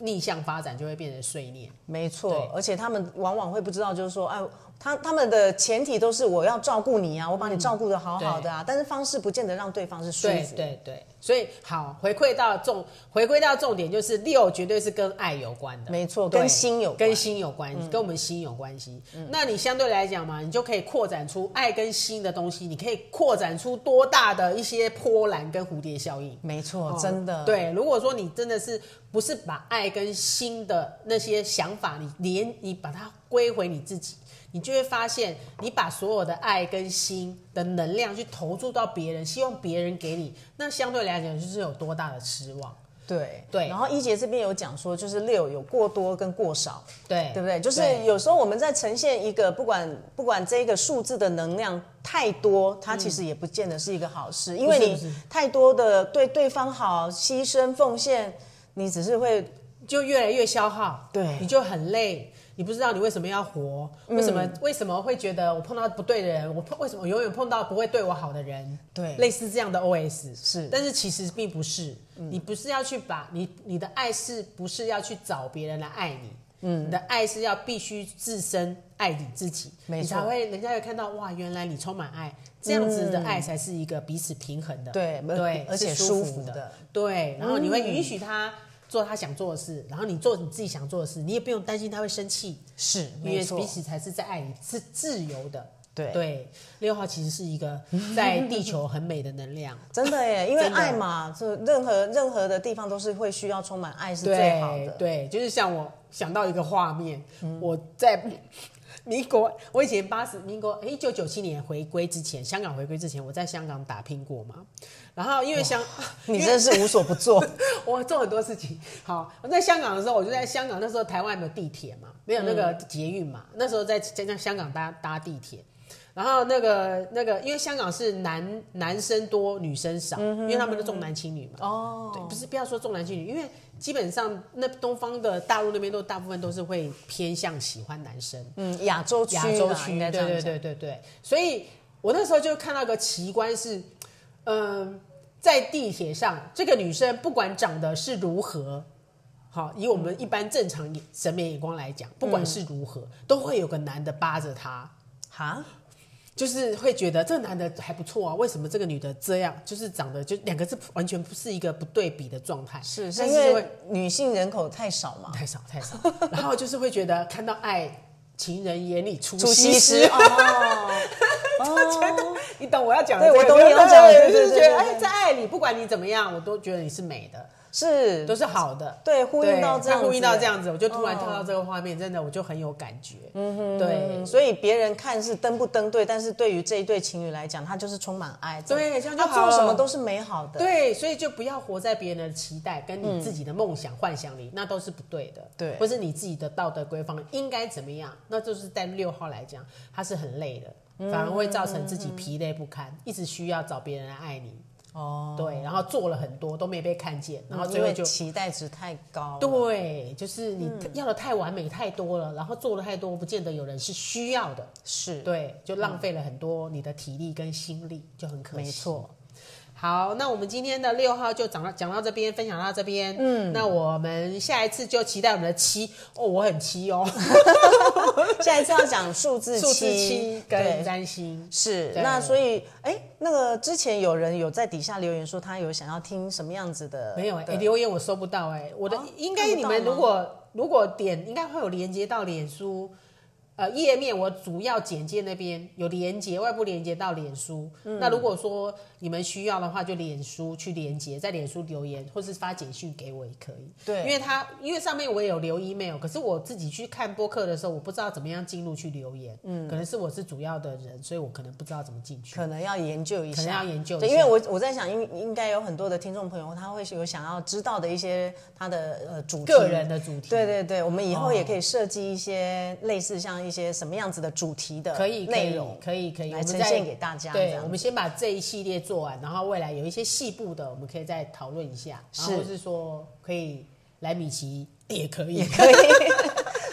Speaker 1: 逆向发展，就会变成碎念。
Speaker 2: 没错
Speaker 1: 对，
Speaker 2: 而且他们往往会不知道，就是说，哎，他他们的前提都是我要照顾你啊，我把你照顾的好好的啊，但是方式不见得让对方是
Speaker 1: 嗯
Speaker 2: 舒
Speaker 1: 对
Speaker 2: 服。
Speaker 1: 对对，所以好回馈到重回归到重点，就是六绝对是跟爱有关的，
Speaker 2: 没错
Speaker 1: 对
Speaker 2: 跟心有关嗯
Speaker 1: 跟心有关系，跟我们心有关系。那你相对来讲嘛，你就可以扩展出爱跟心的东西，你可以扩展出多大的一些波澜跟蝴蝶效应。
Speaker 2: 没错，
Speaker 1: 哦
Speaker 2: 真的，
Speaker 1: 对，如果说你真的是不是把爱跟心的那些想法，你连你把它归回你自己，你就会发现，你把所有的爱跟心的能量去投注到别人，希望别人给你，那相对来讲就是有多大的失望。
Speaker 2: 对
Speaker 1: 对
Speaker 2: 然后一杰这边有讲说，就是六有过多跟过少，
Speaker 1: 哎对，
Speaker 2: 对不对？就是有时候我们在呈现一个不管不管这个数字的能量太多，它其实也不见得是一个好事，因为
Speaker 1: 嗯不是不
Speaker 2: 你太多的对对方好、牺牲奉献，你只是会
Speaker 1: 就越来越消耗，
Speaker 2: 对嗯
Speaker 1: 你就很累，你不知道你为什么要活，为什么为什么会觉得我碰到不对的人，我碰为什么我永远碰到不会对我好的人，
Speaker 2: 对
Speaker 1: 类似这样的 OS
Speaker 2: 是嗯
Speaker 1: 但是其实并不是，你不是要去把你你的爱是不是要去找别人来爱你？嗯，你的爱是要必须自身爱你自己，
Speaker 2: 没
Speaker 1: 你
Speaker 2: 错
Speaker 1: 才会人家会看到哇，原来你充满爱，这样子的爱才是一个彼此平衡的，
Speaker 2: 嗯对
Speaker 1: 对，
Speaker 2: 而且
Speaker 1: 是舒
Speaker 2: 舒服的嗯
Speaker 1: 的，对，然后你会允许他做他想做的事，然后你做你自己想做的事，你也不用担心他会生气，
Speaker 2: 是
Speaker 1: 因
Speaker 2: 没
Speaker 1: 为
Speaker 2: 错
Speaker 1: 彼，此才是在爱里是自由的。
Speaker 2: 对
Speaker 1: 对，六号其实是一个在地球很美的能量，
Speaker 2: 真的耶，因为
Speaker 1: 真的
Speaker 2: 爱嘛，就任何任何的地方都是会需要充满爱 是最好
Speaker 1: 对
Speaker 2: 的。嗯
Speaker 1: 对，就是像我想到一个画面，我在 民国，我以前八十民国一九九七年回归之前，香港回归之前，我在香港打拼过嘛。然后因为香，
Speaker 2: 你真是无所不 做，
Speaker 1: 我做很多事情。好，我在香港的时候，我就在香港那时候台湾没有地铁嘛，没有那个捷运嘛，那时候在在在香港搭搭地铁。然后那个那个，因为香港是男男生多女生少，因为他们都重男轻女嘛。
Speaker 2: 哦，
Speaker 1: 对，不是不要说重男轻女，因为基本上那东方的大陆那边都大部分都是会偏向喜欢男生，
Speaker 2: 嗯，亚洲区啦，
Speaker 1: 亚洲区
Speaker 2: 应该这样
Speaker 1: 对
Speaker 2: 讲，
Speaker 1: 对对对对，所以我那时候就看到一个奇观是，嗯、在地铁上，这个女生不管长得是如何，好，以我
Speaker 2: 嗯
Speaker 1: 们一般正常眼审美眼光来讲，不管是如何，都会有个男的扒着她。
Speaker 2: 哈，
Speaker 1: 就是会觉得这个男的还不错啊，为什么这个女的这样？就是长得就两个是完全不是一个不对比的状态，
Speaker 2: 是是
Speaker 1: 但
Speaker 2: 因
Speaker 1: 是就会哦
Speaker 2: 为女性人口太少 嘛，
Speaker 1: 太少太 少，然后就是会觉得看到爱情人眼里出
Speaker 2: 出
Speaker 1: 西
Speaker 2: 西施
Speaker 1: 施，
Speaker 2: 哦，哦，
Speaker 1: 你懂我要讲的
Speaker 2: 对
Speaker 1: 这个，
Speaker 2: 我懂你要讲的
Speaker 1: 对
Speaker 2: 对
Speaker 1: 就是
Speaker 2: 对
Speaker 1: 觉得
Speaker 2: 对对
Speaker 1: 哎，在爱里不管你怎么样，我都觉得你是美的，
Speaker 2: 是
Speaker 1: 都是好的。
Speaker 2: 对，呼应到
Speaker 1: 对
Speaker 2: 这样
Speaker 1: 它
Speaker 2: 子，
Speaker 1: 呼应到这样子，我就突然
Speaker 2: 哦
Speaker 1: 看到这个画面，真的我就很有感觉。嗯哼，对
Speaker 2: 嗯，所以别人看是登不登对，但是对于这一对情侣来讲，他就是充满爱，
Speaker 1: 对这样就
Speaker 2: 他
Speaker 1: 好了
Speaker 2: 做什么都是美好的，
Speaker 1: 对，所以就不要活在别人的期待跟你自己的梦想、幻想里，那都是不对的。
Speaker 2: 对
Speaker 1: 或是你自己的道德规范应该怎么样，那就是在六号来讲，它是很累
Speaker 2: 嗯
Speaker 1: 的，反而会造成自己疲累不堪，一直需要找别人来爱你。
Speaker 2: 哦，嗯
Speaker 1: 对，然后做了很多都没被看见，然后
Speaker 2: 因
Speaker 1: 最后
Speaker 2: 为
Speaker 1: 就。
Speaker 2: 期待值太高，，
Speaker 1: 对，就是你
Speaker 2: 嗯
Speaker 1: 要的太完美太多了，然后做的太多，不见得有人是需要的。
Speaker 2: 是，
Speaker 1: 对，就浪费了很多你的体力跟心力，就很可惜。
Speaker 2: 嗯没错。
Speaker 1: 好，那我们今天的六号就讲到讲到这边，分享到这边。嗯，那我们下一次就期待我们的七哦，我很七哦，
Speaker 2: 下一次要讲数字
Speaker 1: 数字七跟
Speaker 2: 对。
Speaker 1: 占星。
Speaker 2: 是，
Speaker 1: 对
Speaker 2: 那所以，哎，那个之前有人有在底下留言说他有想要听什么样子的，
Speaker 1: 没有哎、
Speaker 2: 的
Speaker 1: 留言我收不到哎、我的、
Speaker 2: 哦
Speaker 1: 应
Speaker 2: 看
Speaker 1: 该
Speaker 2: 不
Speaker 1: 你
Speaker 2: 到
Speaker 1: 们
Speaker 2: 吗
Speaker 1: 如果如果点应该会有连接到脸书。呃，页面我主要简介那边有连接，外部连接到脸书。
Speaker 2: 嗯
Speaker 1: 那如果说你们需要的话，就脸书去连接，在脸书留言或是发简讯给我也可以。
Speaker 2: 对
Speaker 1: 因为他因为上面我也有留 email，可是我自己去看播客的时候，我不知道怎么样进入去留言。嗯，可能是我是主要的人，所以我可能不知道怎么进去。
Speaker 2: 可能要研究一下，
Speaker 1: 可能要研究一
Speaker 2: 对，
Speaker 1: 下
Speaker 2: 因为我我在想，应应该有很多的听众朋友，他会有想要知道的一些他的呃主题，
Speaker 1: 个人的主题
Speaker 2: 对对对，我们以后
Speaker 1: 哦
Speaker 2: 也可以设计一些类似像一些什么样子的主题的
Speaker 1: 可以可
Speaker 2: 内
Speaker 1: 以
Speaker 2: 容，
Speaker 1: 可以可以，我
Speaker 2: 来
Speaker 1: 们
Speaker 2: 呈
Speaker 1: 再
Speaker 2: 现给大家。这
Speaker 1: 对，
Speaker 2: 样啊
Speaker 1: 我们先把这一系列做完，然后未来有一些细部的，我们可以再讨论一下，然后
Speaker 2: 是
Speaker 1: 或是说可以来米奇也可以，
Speaker 2: 可以。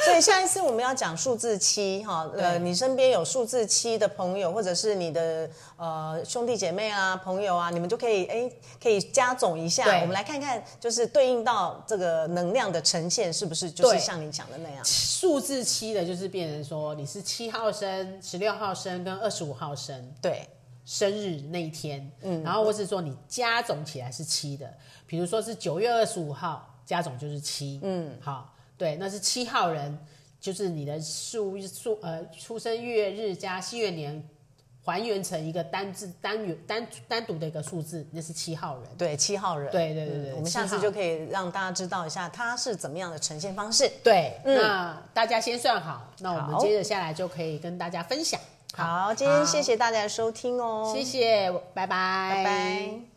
Speaker 2: 所以下一次我们要讲数字七哈，
Speaker 1: 对
Speaker 2: 呃，你身边有数字七的朋友，或者是你的呃兄弟姐妹啊、朋友啊，你们就可以哎，可以加总一下
Speaker 1: 对，
Speaker 2: 我们来看看，就是对应到这个能量的呈现是不是就是
Speaker 1: 对
Speaker 2: 像你讲的那样？
Speaker 1: 数字七的就是变成说你是七号生、十六号生跟二十五号生
Speaker 2: 对，
Speaker 1: 生日那一天，嗯，然后或是说你加总起来是七的，比如说是九月二十五号加总就是七，嗯，好，对，那是七号人，就是你的数数呃出生月日加西元年。还原成一个单字单元单单独的一个数字，那是七号人。
Speaker 2: 对，七号人，嗯
Speaker 1: 对对对对
Speaker 2: 我们下
Speaker 1: 七
Speaker 2: 次
Speaker 1: 号
Speaker 2: 就可以让大家知道一下它是怎么样的呈现方式。
Speaker 1: 对，
Speaker 2: 嗯
Speaker 1: 那大家先算好，那我们
Speaker 2: 好
Speaker 1: 接着下来就可以跟大家分享。
Speaker 2: 好，今天谢谢大家的收听哦，
Speaker 1: 谢，谢，拜拜，
Speaker 2: 拜拜。